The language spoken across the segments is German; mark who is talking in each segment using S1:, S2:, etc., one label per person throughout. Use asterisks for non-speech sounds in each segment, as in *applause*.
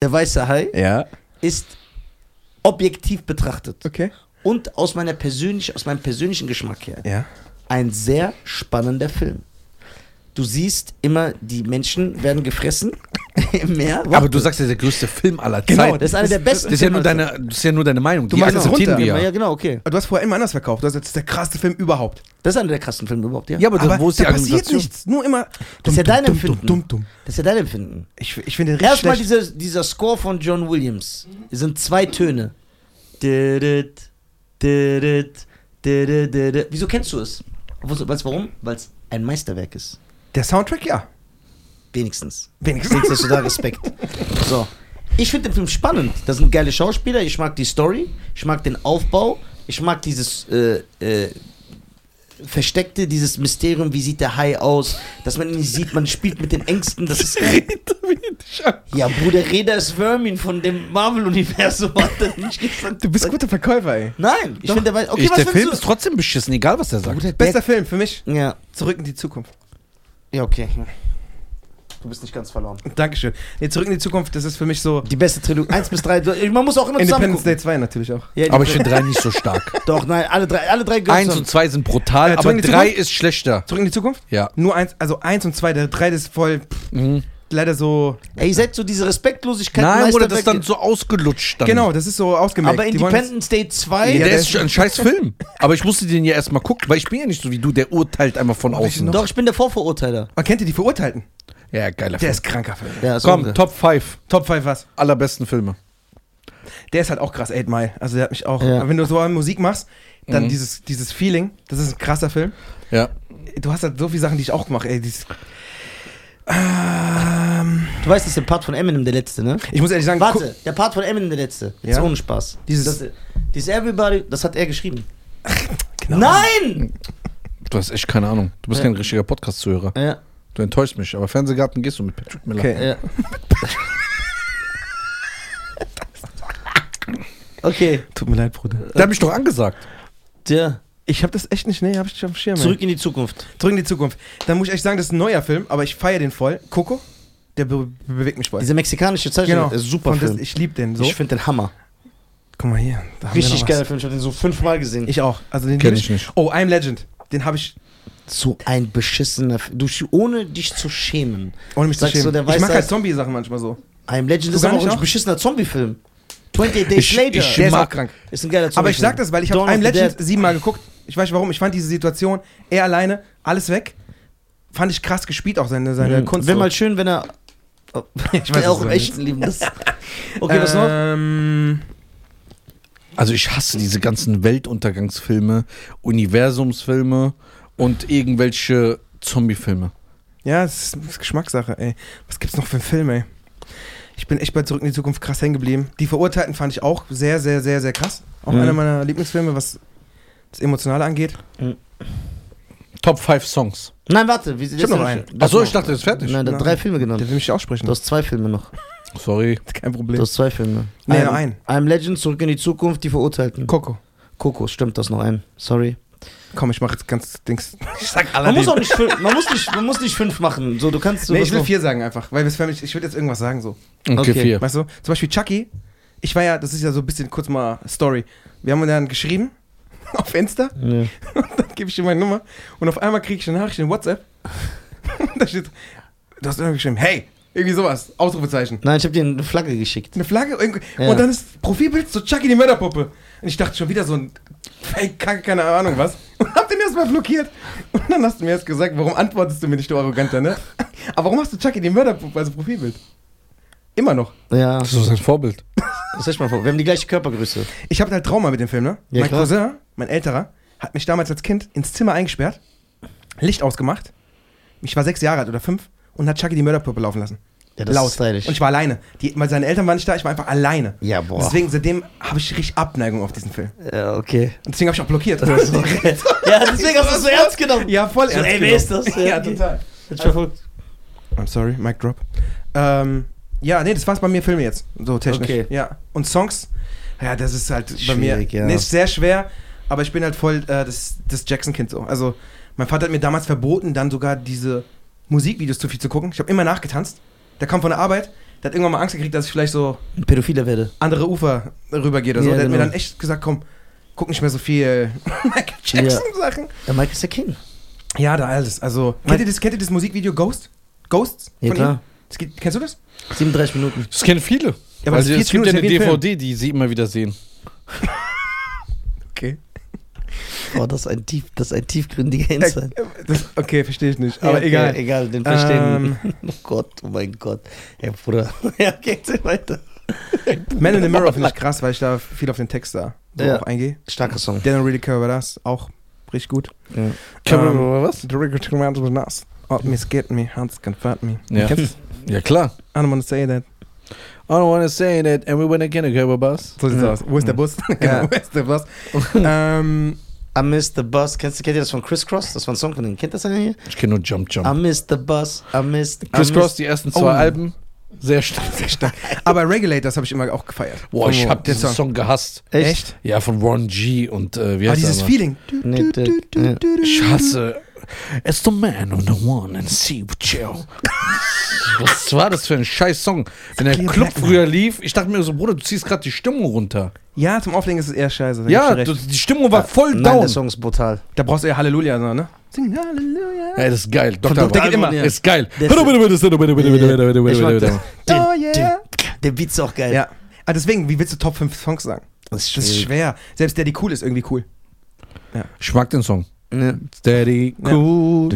S1: Der weiße Hai
S2: Ja.
S1: ist objektiv betrachtet
S2: Okay.
S1: und aus, meiner persönlich, aus meinem persönlichen Geschmack her
S2: Ja.
S1: ein sehr spannender Film. Du siehst immer, die Menschen werden gefressen *laughs* im Meer.
S2: Aber du sagst ja, der größte Film aller
S1: Genau,
S2: Zeiten.
S1: das ist einer der besten
S2: Das ist ja
S1: Filme
S2: nur
S1: aller
S2: deine, das ist ja nur deine Meinung. Du
S1: Ja,
S2: die
S1: genau.
S2: akzeptieren
S1: Ja,
S2: wir.
S1: Ja, genau, okay.
S3: Aber Du hast vorher immer anders verkauft. Du hast gesagt, das ist der krasseste Film überhaupt.
S1: Das ist einer der krassen Filme überhaupt, ja.
S2: Ja, aber,
S3: Aber
S2: wo ist die
S3: da passiert
S2: Argumentation?
S3: nichts. Nur immer.
S1: Das ist ja dein Empfinden.
S3: Dumm, dumm, dumm.
S1: Das ist ja dein Empfinden.
S3: Ich, ich finde den richtig
S1: Erstmal
S3: schlecht.
S1: dieser, dieser Score von John Williams. Es sind zwei Töne. Didit, didit, didit, didit. Wieso kennst du es? Weißt du weißt du warum? Weil es ein Meisterwerk ist.
S3: Der Soundtrack, ja.
S1: Wenigstens.
S3: Wenigstens.
S1: Wenigstens hast
S3: *laughs*
S1: du da Respekt. So. Ich finde den Film spannend. Das sind geile Schauspieler. Ich mag die Story. Ich mag den Aufbau. Ich mag dieses äh, äh, Versteckte, dieses Mysterium. Wie sieht der Hai aus? Dass man ihn nicht sieht. Man spielt mit den Ängsten. Das ist Ja, Bruder, Reda ist Vermin von dem Marvel-Universum. Hat er
S2: *laughs*
S1: nicht gesagt.
S3: Du bist guter Verkäufer, ey.
S1: Nein, ich finde, der weiß. Okay,
S2: ich,
S1: was
S2: der
S1: findest
S2: Film
S1: du?
S2: ist trotzdem beschissen, egal was der sagt.
S1: Bruder,
S3: Bester Film für mich.
S1: der, ja,
S3: Zurück in die Zukunft.
S1: ja, okay. Du bist nicht ganz verloren.
S3: Dankeschön. Nee, Zurück in die Zukunft, das ist für mich so.
S1: Die beste Trilogie. Eins bis drei. Man muss auch immer zusammen
S3: Independence Day
S1: gucken.
S3: 2 natürlich auch.
S1: Ja, die-
S2: Aber ich finde drei nicht
S1: *laughs*
S2: so stark.
S1: Doch, nein, alle drei, alle drei gehören
S2: Eins
S1: zusammen.
S2: und zwei sind brutal,
S3: Äh,
S2: aber
S3: Zwangs-
S2: drei ist schlechter.
S3: Zurück in die Zukunft?
S2: Ja.
S3: Nur eins, also eins und zwei, der drei das ist voll. Pff,
S1: Mhm.
S3: Leider so.
S1: Ey, ihr seid so diese Respektlosigkeit.
S2: Nein, Bruder,
S1: Meisterwerke.
S2: das ist dann so ausgelutscht. Dann.
S3: Genau, das ist so ausgemerkt.
S1: Aber
S3: Die wollen das-
S1: Independence Day 2.
S3: Ja,
S2: der,
S3: der
S2: ist
S3: ist-
S1: *laughs*
S2: ein scheiß Film. Aber ich musste den ja erstmal gucken, weil ich bin ja nicht so wie du, der urteilt einmal von außen.
S1: doch, ich bin der Vorverurteiler.
S3: Man kennt ihr die Verurteilten?
S2: Ja, geiler
S3: Der
S2: Film.
S3: ist kranker Film.
S1: Ja, ist
S2: Komm,
S1: unge-
S2: Top 5
S3: Top 5 was?
S2: allerbesten Filme.
S3: Der ist halt auch krass, 8 Mile. Also der hat mich auch.
S1: Ja.
S3: Wenn du so Musik machst, dann
S2: Mhm.
S3: dieses, dieses Feeling, das ist ein krasser Film.
S2: Ja.
S3: Du hast halt so viele Sachen, die ich auch gemacht. Ey, dieses, ähm,
S1: Du weißt, das ist der Part von Eminem, der letzte, ne?
S3: ich muss ehrlich sagen,
S1: Warte, der Part von Eminem, der letzte. Jetzt
S3: Ja?
S1: ohne Spaß.
S3: Dieses-
S1: das, dieses Everybody, das hat er geschrieben.
S3: Genau.
S1: Nein!
S2: Du hast echt keine Ahnung. Du bist
S1: Ja.
S2: kein richtiger Podcast-Zuhörer.
S1: Ja,
S2: Du enttäuschst mich, aber Fernsehgarten gehst du mit Patrick Miller.
S3: Okay.
S1: ja. *laughs* okay,
S3: Tut mir leid, Bruder.
S1: Äh.
S2: Der hat mich doch angesagt.
S1: tja.
S3: Ich habe das echt nicht, nee, habe ich nicht auf dem Schirm. ey.
S1: Zurück in die Zukunft.
S3: Zurück in die Zukunft. Dann muss ich echt sagen, das ist ein neuer Film, aber ich feiere den voll. Coco, der be be bewegt mich voll.
S1: Diese mexikanische Zeichnung ist super
S3: Von das-
S1: Film.
S3: Ich liebe den äh, so.
S1: Genau. Ich finde den Hammer.
S3: Guck mal hier. Da haben wir
S1: Richtig
S3: noch was.
S1: geiler Film, ich habe den so fünfmal gesehen.
S3: Ich auch. Also den
S2: Kenn
S3: lieb
S2: ich nicht.
S3: Oh, I'm Legend. Den habe ich,
S1: so ein beschissener F- du sch- ohne dich zu schämen.
S3: ohne mich zu
S1: Sagst du,
S3: schämen.
S1: der
S3: ich
S1: weiß
S3: mag halt
S1: halt-
S3: Zombie-Sachen manchmal so.
S1: I'm Legend
S3: Du
S1: ist
S3: gar
S1: aber auch
S3: nicht
S1: ein
S3: auch?
S1: beschissener Zombie-Film. 28 Days
S2: Ich-
S1: Later
S2: ich-
S3: Der ist auch
S2: mag-
S3: krank.
S1: ist ein geiler Zombie-Film.
S3: Aber ich sag das, weil ich habe
S1: Dawn of
S3: I'm
S1: the
S3: Legend
S1: Dead.
S3: siebenmal geguckt. Ich weiß nicht warum. Ich fand diese Situation, er alleine, alles weg. Fand ich krass gespielt, auch seine, seine
S1: Mhm.
S3: Kunst.
S1: Wäre
S3: so.
S1: mal schön, wenn *laughs* er
S3: ich weiß,
S1: auch
S3: auch
S1: im
S3: echt.
S1: echten Leben *laughs* das. Okay, was noch?
S3: Ähm,
S2: Also ich hasse diese ganzen Weltuntergangsfilme, Universumsfilme und irgendwelche Zombie-Filme.
S3: ja, es ist, ist Geschmackssache, ey. Was gibt's noch für einen Film, ey? Ich bin echt bei Zurück in die Zukunft krass hängen geblieben. Die Verurteilten fand ich auch sehr, sehr, sehr, sehr krass. Auch
S2: Mhm.
S3: einer meiner Lieblingsfilme, was das Emotionale angeht.
S2: Top 5 Songs.
S1: Nein, warte. Wie, ich
S3: hab noch einen.
S2: Achso, ich dachte, das ist fertig.
S1: Nein, da
S3: Nein.
S1: drei Filme
S3: Der
S1: genannt.
S3: will mich aussprechen.
S1: Du hast zwei Filme noch.
S2: Sorry.
S3: kein
S1: Du
S3: Problem.
S1: hast zwei Filme.
S3: Nee,
S1: I'm-
S3: nur einen.
S1: I'm Legend, Zurück in die Zukunft, die Verurteilten.
S3: Coco.
S1: Coco, stimmt das noch ein? Sorry.
S3: Komm, ich mach jetzt ganz Dings. *laughs* Ich sag
S1: Man muss auch nicht, fün- man muss nicht, man muss nicht fünf machen. So, du kannst so
S3: Nee, ich
S1: was
S3: will
S1: noch-
S3: vier sagen einfach, weil wir es förmlich- ich will jetzt irgendwas sagen so.
S2: Okay,
S1: Okay.
S2: vier.
S3: Weißt du, zum Beispiel Chucky, ich war ja, das ist ja so ein bisschen kurz mal Story. Wir haben uns dann geschrieben *laughs* auf Insta, *laughs*
S1: Ja.
S3: dann gebe ich dir meine Nummer und auf einmal kriege ich eine Nachricht in WhatsApp. *laughs* da steht, du hast irgendwie geschrieben, hey, irgendwie sowas, Ausrufezeichen.
S1: Nein, ich habe dir eine Flagge geschickt.
S3: Eine Flagge irgendwie,
S1: Ja.
S3: und dann ist Profilbild so Chucky die Mörderpuppe. Und ich dachte schon wieder so ein Fake, Kacke, keine Ahnung was. *laughs* Und hab den erstmal blockiert. Und dann hast du mir erst gesagt, warum antwortest du mir nicht, du Arroganter, ne? *laughs* Aber warum hast du Chucky die Mörderpuppe als Profilbild? Immer noch.
S1: Ja,
S2: Das ist sein Vorbild.
S1: das ist mal vor. Wir haben die gleiche Körpergröße.
S3: Ich habe halt Trauma mit dem Film, ne?
S1: Ja,
S3: mein
S1: klar.
S3: Cousin, mein älterer, hat mich damals als Kind ins Zimmer eingesperrt, Licht ausgemacht. Ich war sechs Jahre alt oder fünf und hat Chucky die Mörderpuppe laufen lassen.
S1: Ja, das ist stylisch.
S3: Und ich war alleine. Die, weil seine Eltern waren nicht da, ich war einfach alleine.
S1: Ja, boah.
S3: Deswegen, seitdem habe ich richtig Abneigung auf diesen Film.
S1: Ja, okay. *laughs*
S3: Und deswegen habe ich auch blockiert.
S1: ja, deswegen hast du es so ernst genommen.
S3: *laughs* ja, voll
S1: So,
S3: ernst.
S1: ey, wer ist das?
S3: genommen. *laughs* Ja,
S1: okay.
S3: total.
S1: Hat's verfolgt.
S3: I'm sorry, Mic drop. Ähm, ja, nee, das war's bei mir Filme jetzt. So technisch.
S1: Okay.
S3: Ja. Und Songs, ja, das ist halt bei mir.
S1: Schwierig, ja.
S3: Nee, ist sehr schwer, aber ich bin halt voll äh, das, das Jackson-Kind so. Also, mein Vater hat mir damals verboten, dann sogar diese Musikvideos zu viel zu gucken. Ich habe immer nachgetanzt. Der kam von der Arbeit, der hat irgendwann mal Angst gekriegt, dass ich vielleicht so
S1: Ein Pädophiler werde.
S3: andere Ufer rübergehe oder so.
S1: Ja,
S3: der hat
S1: genau.
S3: mir dann echt gesagt, komm, guck nicht mehr so viel *laughs* Michael Jackson-Sachen.
S1: Der Mike ist der King.
S3: Ja, da alles. Also, kennt ihr das, kennt ihr das Musikvideo Ghost? Ghosts?
S1: Ja,
S3: von ihm?
S1: klar.
S3: Das geht, kennst du das?
S1: 37 Minuten.
S4: Das kennen viele.
S3: Ja, aber das
S4: also,
S3: 40
S4: es gibt ja eine
S3: Minuten ist ja wie ein
S4: DVD, die sie immer wieder sehen.
S3: Okay.
S1: Boah, Oh, das ist ein, tief, das ist ein tiefgründiger Insight.
S3: Das, okay, verstehe ich nicht. Aber
S1: Äh, Ja, okay,
S3: egal.
S1: Egal, den verstehen.
S3: Ähm.
S1: Oh Gott, oh mein Gott. Ja, Bruder. *laughs* Ja, geht's weiter.
S3: Ähm, Man in the
S1: *laughs*
S3: Mirror finde ich krass, weil ich da viel auf den Text da so
S1: Ja.
S3: auch eingehe.
S1: Starker Song.
S3: They don't really care about us, auch richtig gut.
S1: Ja.
S3: Ähm, They don't really care about us. Oh, me scared me, Hans confront me.
S2: Ja.
S3: Kennst du?
S2: *laughs* Ja, klar.
S3: I don't wanna say that.
S2: I don't wanna say that and we wanna get a Gerber bus.
S3: So sieht's aus. Wo ist der Bus? *laughs*
S1: Ja.
S3: Wo ist der
S1: *laughs*
S3: Bus? ähm,
S1: I missed the bus. Kennst du, kennt ihr das von Chris Cross? Das war ein Song von ihm. Kennt das einer hier?
S2: Ich kenne nur Jump Jump.
S1: I missed the bus. I missed. I
S2: Chris
S1: missed-
S2: Cross, die ersten zwei
S3: Oh.
S2: Alben, sehr stark. Sehr stark.
S3: aber Regulators habe ich immer auch gefeiert.
S2: Boah, ich
S3: Von
S2: hab
S3: der
S2: diesen Oh, Song gehasst.
S1: Echt?
S2: Ja, von Ron G. und äh, wie
S3: Aber
S2: heißt
S3: dieses
S2: der? Mann?
S3: Feeling.
S1: Nee, der- ja.
S2: Ich hasse. It's the man on the one and see with you. *laughs* Was war das für ein scheiß Song? Wenn der
S3: Clear
S2: Club
S3: Black, Mann.
S2: früher lief, ich dachte mir so, Bruder, du ziehst gerade die Stimmung runter.
S3: Ja, zum Auflegen ist es eher scheiße. da
S2: Ja,
S3: geb ich dir
S2: du,
S3: recht.
S2: die Stimmung war voll
S1: Nein,
S2: down.
S1: der Song ist brutal.
S3: da brauchst du eher Halleluja, so, ne? Sing Halleluja.
S2: Ey, das ist geil. Dr.
S1: Dr.
S2: Dr.
S1: geht immer.
S2: Ist geil.
S1: Der ist- Ich mag das.
S3: Oh yeah.
S1: Der Beat ist auch geil.
S3: Ja. Ah, deswegen, wie willst du Top 5 Songs sagen?
S1: Das ist
S3: Das ist
S1: schwierig.
S3: schwer. Selbst der, die cool ist, irgendwie cool.
S2: Ich mag den Song.
S1: Ne.
S2: Steady,
S3: Ja.
S2: cool.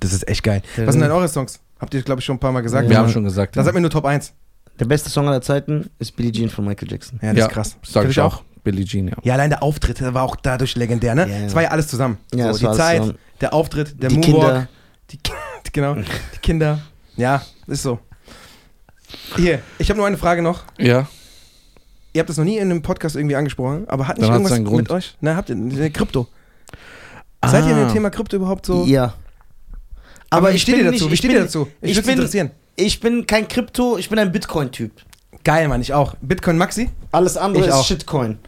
S3: Das ist echt geil. Was sind denn eure Songs? Habt ihr, glaube ich, schon ein paar Mal gesagt.
S2: Wir haben schon gesagt.
S3: Da sagt mir nur Top 1.
S1: Der beste Song aller Zeiten ist Billie Jean von Michael Jackson.
S3: Ja, das ist krass.
S2: Sag
S3: Find
S2: ich auch. Billie Jean, ja.
S3: Ja, allein der Auftritt der war auch dadurch legendär, ne?
S1: Ja, ja.
S3: Es war ja alles zusammen.
S1: Ja, es
S3: so,
S1: war
S3: die
S1: alles
S3: Zeit,
S1: zusammen.
S3: der Auftritt, der
S1: Die Kinder.
S3: Moonwalk, die, *laughs* genau, die Kinder. Ja, ist so. Hier, ich habe nur eine Frage noch.
S2: Ja.
S3: Ihr habt das noch nie in einem Podcast irgendwie angesprochen, aber hat nicht
S2: Dann hat's
S3: irgendwas
S2: einen Grund.
S3: mit euch? Na, habt ihr äh, Krypto? Seid ihr in dem
S2: Ah.
S3: Thema Krypto überhaupt so?
S1: Ja.
S3: Aber
S1: Aber
S3: wie
S1: ich
S3: steht
S1: bin
S3: ihr
S1: nicht,
S3: dazu? Wie
S1: ich
S3: steht
S1: bin-
S3: ihr dazu? Ich
S1: ich
S3: würde
S1: bin-
S3: interessieren.
S1: Ich bin kein Krypto, ich bin ein Bitcoin-Typ.
S3: Geil, Mann, ich auch. Bitcoin Maxi?
S1: Alles andere
S3: Ich
S1: ist
S3: auch.
S1: Shitcoin.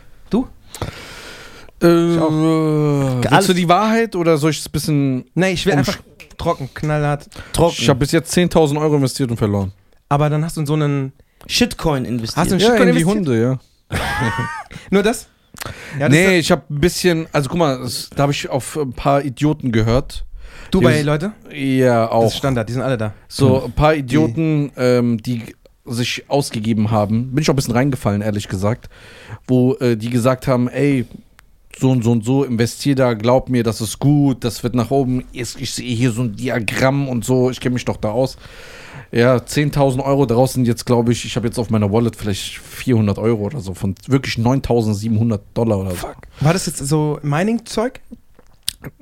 S2: Äh, willst du die Wahrheit oder soll ich es ein bisschen.
S3: Nee, ich will
S2: Um
S3: einfach trocken, knallhart.
S1: Trocken.
S2: Ich habe bis jetzt 10.000 Euro investiert und verloren.
S3: Aber dann hast du in so einen.
S1: Shitcoin investiert.
S3: Hast du einen
S2: Ja,
S3: Shitcoin
S2: in die
S3: investiert?
S2: Hunde, ja.
S3: Nur das? Ja, das
S2: nee, ich habe ein bisschen. Also guck mal, es- da habe ich auf ein paar Idioten gehört.
S3: ist Dubai, Leute.
S2: Ja,
S3: Das ist
S2: auch.
S3: Standard, die sind alle da.
S2: So ein paar Idioten, ähm, die sich ausgegeben haben. Bin ich auch ein bisschen reingefallen, ehrlich gesagt. Wo äh, die gesagt haben: ey, so und so und so, investier da, glaub mir, das ist gut, das wird nach oben. Ich, ich sehe hier so ein Diagramm und so, ich kenne mich doch da aus. Ja, 10.000 Euro daraus sind jetzt, glaube ich, ich habe jetzt auf meiner Wallet vielleicht 400 Euro oder so, von wirklich 9.700 Dollar oder so.
S3: War das jetzt so Mining-Zeug?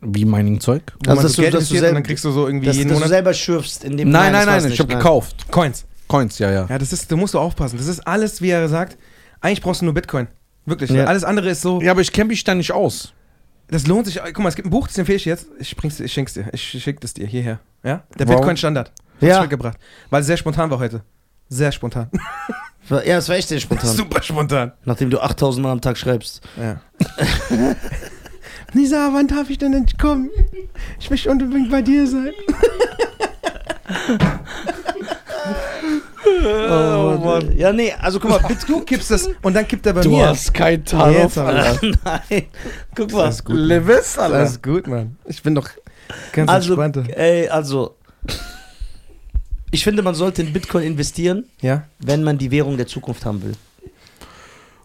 S2: Wie Mining-Zeug?
S3: Wo
S1: Also,
S3: man
S1: dass
S3: so
S1: du-
S3: Geld
S1: dass du
S3: investiert und
S1: selber-
S3: dann kriegst du so irgendwie
S1: dass,
S3: jeden
S1: dass du
S3: Monat
S1: selber schürfst in dem
S2: Nein, nein,
S1: das war's
S2: nein, ich
S1: nicht.
S2: habe
S1: Nein.
S2: gekauft.
S3: Coins.
S2: Coins, ja, ja.
S3: Ja, das ist, da musst du aufpassen. Das ist alles, wie er sagt. Eigentlich brauchst du nur Bitcoin. Wirklich.
S1: Ja.
S3: Alles andere ist so.
S2: Ja, aber ich kenne mich da nicht aus.
S3: Das lohnt sich. Guck mal, es gibt ein Buch, das empfehle ich jetzt. Ich, bring's, ich schenk's dir. Ich schick das dir hierher. Ja? Der
S2: Warum?
S3: Bitcoin-Standard.
S1: Ja.
S3: Zurückgebracht. Weil es sehr spontan war heute. Sehr *laughs* spontan.
S1: War- Ja, es war echt sehr spontan.
S3: Super spontan.
S1: Nachdem du 8000 Mal am Tag schreibst.
S3: Ja. *laughs* Nisa, wann darf ich denn endlich kommen? Ich möchte unbedingt bei dir sein. Äh,
S1: Oh, Mann. Ja, nee, also
S3: *laughs*
S1: guck mal, Bit
S3: Du kippst das und dann kippt er bei
S2: Du
S3: mir.
S2: hast kein
S3: Tarnung,
S2: Tarnung.
S3: Alter.
S1: *laughs* Nein, guck mal.
S3: Alles gut, Mann. Alles gut, Mann. Ich bin doch ganz
S1: Also,
S3: entspannter.
S1: ey, also. Ich finde, man sollte in Bitcoin investieren,
S3: Ja.
S1: wenn man die Währung der Zukunft haben will.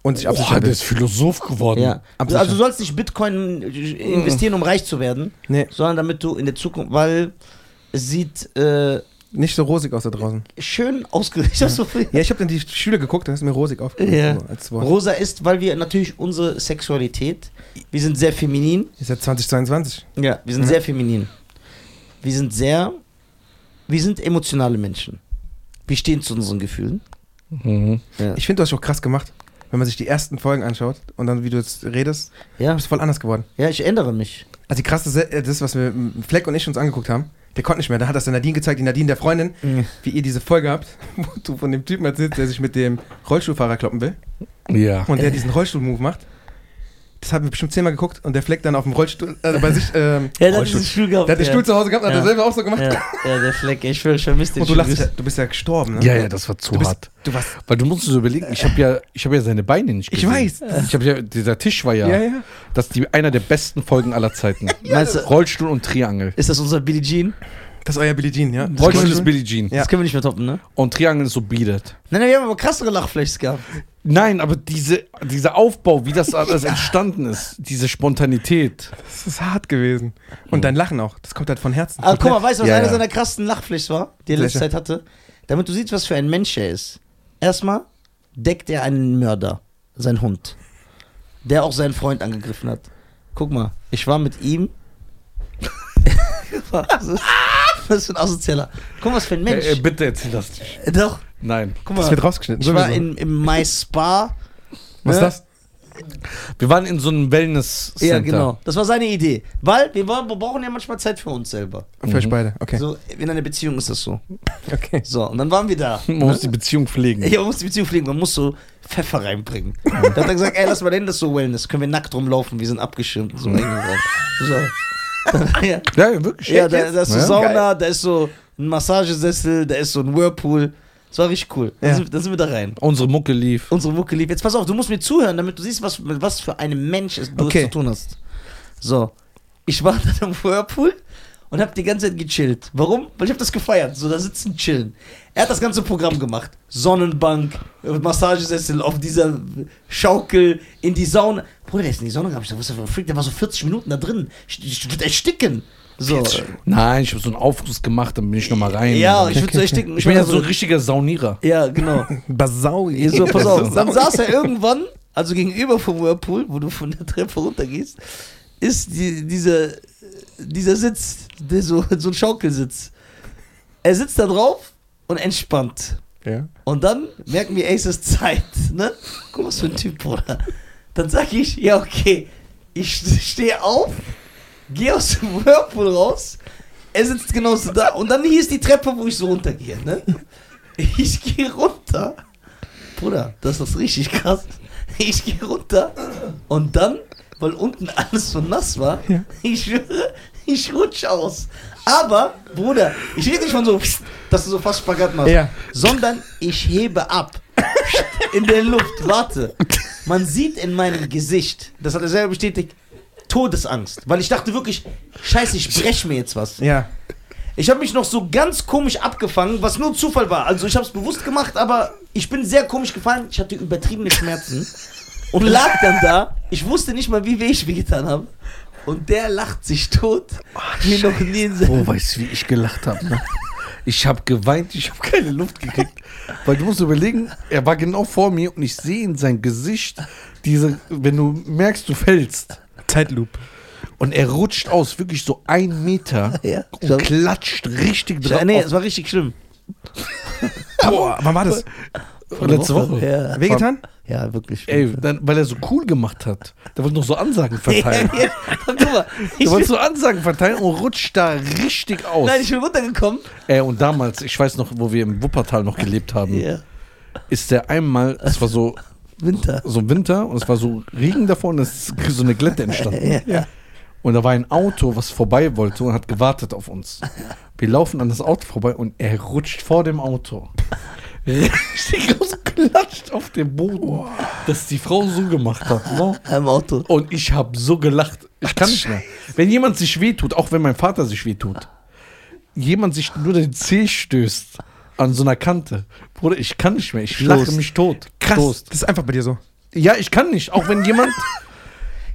S3: Und sich
S2: Boah,
S3: absichern.
S2: der ist halt Philosoph geworden.
S1: Ja.
S3: Absichern.
S1: Also du sollst nicht Bitcoin investieren, um reich zu werden,
S3: Nee,
S1: sondern damit du in der Zukunft, weil es sieht äh,
S3: nicht so rosig aus da draußen.
S1: schön ausgerichtet. Ich hab so viel.
S3: Ja, ich habe dann die Schüler geguckt, da ist mir rosig aufgefallen.
S1: Ja.
S3: So, als Wort.
S1: Rosa ist, weil wir natürlich unsere Sexualität, wir sind sehr feminin.
S3: Ist ja 2022.
S1: Ja, wir sind
S3: Mhm.
S1: sehr feminin. Wir sind sehr, wir sind emotionale Menschen. Wir stehen zu unseren Gefühlen.
S2: Mhm.
S1: Ja.
S3: Ich finde, du hast dich auch krass gemacht. Wenn man sich die ersten Folgen anschaut und dann, wie du jetzt redest,
S1: ja,
S3: bist voll anders geworden.
S1: ja, ich ändere mich.
S3: Also die krasse, Se- äh, das, was wir m, Fleck und ich uns angeguckt haben, der konnte nicht mehr. Da hat das der Nadine gezeigt, die Nadine der Freundin,
S1: Mhm.
S3: wie ihr diese Folge habt, *laughs* wo du von dem Typen erzählst, der sich mit dem Rollstuhlfahrer kloppen will
S1: Äh.
S2: Ja.
S3: und der diesen Rollstuhl-Move macht. Das haben wir bestimmt zehnmal geguckt und der Fleck dann auf dem Rollstuhl, also bei sich, ähm,
S1: Ja, der hat
S3: Rollstuhl.
S1: diesen Stuhl gehabt.
S3: Der hat den
S1: ja.
S3: Stuhl zu Hause gehabt, hat
S1: Ja.
S3: er selber auch so gemacht.
S1: Ja, ja, der Fleck, ich schwöre, ich vermisse den
S3: Und du lachst, ja,
S1: Stuhl.
S3: du bist ja gestorben, ne?
S2: Ja, ja, das war zu
S3: Du bist,
S2: hart.
S3: du warst,
S2: Weil du musst dir so überlegen, ich habe ja, ich hab ja seine Beine nicht
S3: Ich
S2: gesehen.
S3: weiß.
S2: Ich hab ja, dieser Tisch war ja,
S3: Ja, ja.
S2: Das ist die, einer der besten Folgen aller *laughs* Zeiten.
S1: Meinst du,
S2: Rollstuhl und Triangel.
S1: ist das unser Billie Jean?
S3: das ist euer Billie Jean, ja?
S2: Rollstuhl ist Billie Jean
S3: Ja.
S1: Das können wir nicht mehr toppen, ne?
S2: und Triangel ist so bietet.
S1: Nein, nein, wir haben aber krassere Lachflächs gehabt.
S2: Nein, aber diese, dieser Aufbau, wie das alles entstanden ist, diese Spontanität.
S3: Das ist hart gewesen. Und dein Lachen auch, das kommt halt von Herzen.
S1: Aber Ah, guck mal, weißt du, was
S2: Ja,
S1: einer
S2: ja.
S1: seiner krassen Lachflächs war, die er letzte Zeit hatte? Damit du siehst, was für ein Mensch er ist. Erstmal deckt er einen Mörder, sein Hund, der auch seinen Freund angegriffen hat. Guck mal, ich war mit ihm. *laughs* was ist das für ein Asozialer? Guck mal, was für ein Mensch.
S2: Äh, äh, bitte erzähl das nicht.
S1: Doch,
S2: Nein.
S1: guck
S3: Das
S1: mal.
S3: wird rausgeschnitten.
S1: Ich war
S3: sowieso.
S1: in, ne? im My Spa.
S3: Was ist
S1: ne?
S3: das?
S2: Wir waren in so einem Wellness-Center.
S1: Ja, genau. Das war seine Idee. Weil wir, wollen, wir brauchen ja manchmal Zeit für uns selber.
S3: Für
S2: Mhm.
S3: euch beide, okay.
S1: So, in einer Beziehung ist das so.
S3: okay.
S1: So, und dann waren wir da.
S2: Man muss die Beziehung pflegen.
S1: Ja, man muss die Beziehung pflegen, man muss so Pfeffer reinbringen. Da hat er gesagt, ey, lass mal denn das so Wellness, können wir nackt rumlaufen, wir sind abgeschirmt. und So, eingeladen. so. ja,
S2: Ja, ja, wirklich.
S1: ja da, da ist so
S2: Ja.
S1: Sauna, da ist so ein Massagesessel, da ist so ein Whirlpool. Das war richtig cool. Dann,
S3: Ja.
S1: sind, dann sind wir da rein.
S2: Unsere Mucke lief.
S1: Unsere Mucke lief. Jetzt pass auf, du musst mir zuhören, damit du siehst, was, mit was für einem Mensch es- du
S3: Okay.
S1: es zu tun hast. So, ich war *laughs* dann im Whirlpool und hab die ganze Zeit gechillt. Warum? Weil ich hab das gefeiert. So, da sitzen, chillen. Er hat das ganze Programm gemacht. Sonnenbank, äh, Massagesessel auf dieser Schaukel, in die Sauna. Bruder, der ist in die Sonne gegangen. Ich dachte, was ist das für ein Freak? Der war so 40 Minuten da drin. Ich, ich würde ersticken. So.
S2: Nein, ich habe so einen Aufguss gemacht, dann bin ich nochmal rein.
S1: Ja,
S2: Und
S1: ich
S2: dann-
S1: würde so ersticken.
S2: ich bin ja so ein richtiger Saunierer.
S1: Ja, genau.
S3: Basau.
S1: Ja, So, pass auf. Dann
S3: Basau.
S1: saß er irgendwann, also gegenüber vom Whirlpool, wo du von der Treppe runtergehst, ist die, dieser, dieser Sitz, der so, so ein Schaukelsitz. Er sitzt da drauf und entspannt.
S3: Ja.
S1: Und dann merken wir, ey, es ist Zeit, ne? Guck, was für ein Typ, Bruder. Dann sag ich, ja, okay, ich stehe auf, gehe aus dem Whirlpool raus, er sitzt genauso da. Und dann hier ist die Treppe, wo ich so runtergehe, ne? Ich gehe runter. Bruder, das ist richtig krass. Ich gehe runter und dann, weil unten alles so nass war,
S3: Ja.
S1: ich schwöre, ich rutsche aus. Aber, Bruder, ich rede nicht von so, dass du so fast Spagat machst
S3: Ja.
S1: sondern ich hebe ab. In der Luft, warte. Man sieht in meinem Gesicht, das hat er selber bestätigt, Todesangst. Weil ich dachte wirklich, scheiße, ich brech mir jetzt was.
S3: Ja.
S1: Ich habe mich noch so ganz komisch abgefangen, was nur Zufall war. Also ich habe es bewusst gemacht, aber ich bin sehr komisch gefallen. Ich hatte übertriebene Schmerzen und lag dann da. Ich wusste nicht mal, wie weh ich mir getan habe. Und der lacht sich tot. wie noch nie in seinem
S2: Oh, weißt du, wie ich gelacht habe? Ne? Ich habe geweint, ich habe keine Luft gekriegt. Weil du musst überlegen, er war genau vor mir und ich sehe in sein Gesicht diese, wenn du merkst, du fällst.
S3: Zeitloop.
S2: Und er rutscht aus, wirklich so ein Meter
S1: *laughs* Ja.
S2: und klatscht richtig drauf.
S1: Nee, es war richtig schlimm.
S3: Boah, wann war das?
S2: auf, letzte Woche.
S1: Ja,
S3: Wehgetan?
S1: ja wirklich. schlimm.
S2: Ey, dann, weil er so cool gemacht hat. Der wollte noch so Ansagen verteilen.
S1: *laughs* *laughs* Ja, ja. Guck mal, ich
S2: Der wollte
S1: bin,
S2: so Ansagen verteilen und rutscht da richtig
S1: *laughs*
S2: aus.
S1: nein, ich bin runtergekommen.
S2: Ey, und damals, ich weiß noch, wo wir im Wuppertal noch gelebt haben,
S1: Ja,
S2: ist der einmal, es war so,
S1: Winter.
S2: so Winter und es war so Regen davor und es ist so eine Glätte entstanden.
S1: Ja.
S2: Und da war ein Auto, was vorbei wollte und hat gewartet auf uns. Wir laufen an das Auto vorbei und er rutscht vor
S1: *laughs*
S2: dem Auto. Richtig ausklatscht auf dem Boden, dass die Frau so gemacht hat. Ne?
S1: Im Auto.
S2: Und ich habe so gelacht. Ich kann nicht mehr. Wenn jemand sich wehtut, auch wenn mein Vater sich wehtut, jemand sich nur den Zeh stößt an so einer Kante, Bruder, ich kann nicht mehr. Ich lache mich tot.
S3: Krass.
S2: Stoßt.
S3: Das ist einfach bei dir so.
S2: Ja, ich kann nicht. Auch
S1: *laughs*
S2: wenn jemand,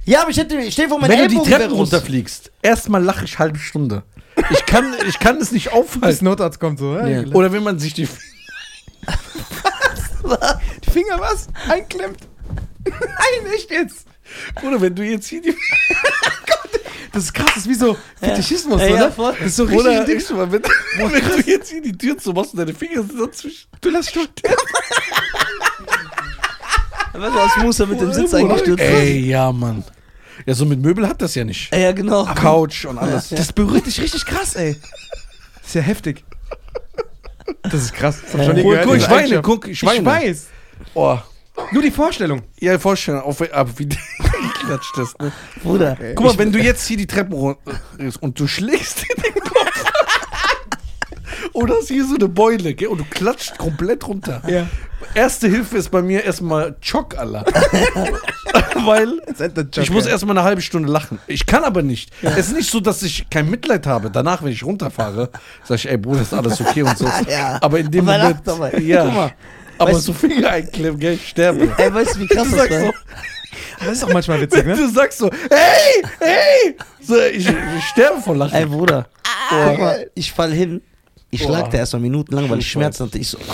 S1: Ja, aber ich, hätte, ich stehe vor meinem
S2: wenn du die Treppe runterfliegst, erstmal lache ich halbe Stunde. Ich kann, ich kann es nicht
S1: *laughs*
S3: Bis
S2: aufhalten.
S3: Notarzt kommt so. Ja.
S2: Oder wenn man sich die *laughs*
S3: Die Finger was? Einklemmt. Nein, echt jetzt.
S2: oder wenn du jetzt
S1: *laughs*
S2: hier die *laughs*
S3: Das ist krass, das ist wie so Fetischismus,
S1: Ja, ja,
S3: oder?
S1: voll.
S3: das ist so richtig
S2: oder
S3: Dings.
S2: denkst du mal, wenn,
S3: *laughs*
S2: wenn du jetzt hier die Tür zu machst und deine Finger sind dazwischen.
S3: Du lässt schon.
S1: Weißt du, als Musa mit dem Sitz
S3: Ey,
S1: eingestürzt ist.
S2: Ey, ja, Mann. Ja, so mit Möbel hat das ja nicht.
S1: Ja, genau.
S2: Couch und alles.
S3: Das berührt dich richtig krass, ey. Das ist ja heftig. Das ist krass. Das hab ich schon nie
S2: Guck,
S3: gehört.
S2: guck,
S3: in
S2: ich
S3: der
S2: weine,
S3: Eigenschaft.
S2: guck, ich
S3: Ich
S2: weine.
S3: weiß.
S2: Oh.
S3: Nur die Vorstellung.
S2: Ja, vorstellen, auf, ab, wie, *laughs* Klatscht das, ne?
S1: Bruder.
S2: Guck mal, wenn du jetzt hier die Treppe runter und du schlägst dir den Kopf. *laughs* Oder ist hier so eine Beule, gell? Und du klatscht komplett runter.
S3: Ja.
S2: Erste Hilfe ist bei mir erstmal Chock, Alter. Weil ich muss erstmal eine halbe Stunde lachen. Ich kann aber nicht. Es ist nicht so, dass ich kein Mitleid habe. Danach, wenn ich runterfahre, sage ich, ey Bruder, ist alles okay und so.
S1: *laughs* Ja.
S2: Aber in dem
S1: Aber lach
S2: Moment.
S1: doch mal.
S2: Ja.
S1: Guck mal.
S2: Aber
S1: Weißt
S2: so Finger einklemmen, gell? Ich sterbe.
S1: Ey, weißt du, wie krass
S2: Du
S1: das
S2: sagst
S1: war?
S2: so,
S3: Das ist auch manchmal witzig,
S2: wenn
S3: ne?
S2: *laughs* du sagst so, hey, hey! So, ich, ich sterbe vor Lachen.
S1: Ey, Bruder. Guck mal, ich fall hin. Ich
S2: Ah. Boah.
S1: lag da erstmal minutenlang, weil ich
S2: Schön
S1: Schmerzen hatte. Ich so, ah,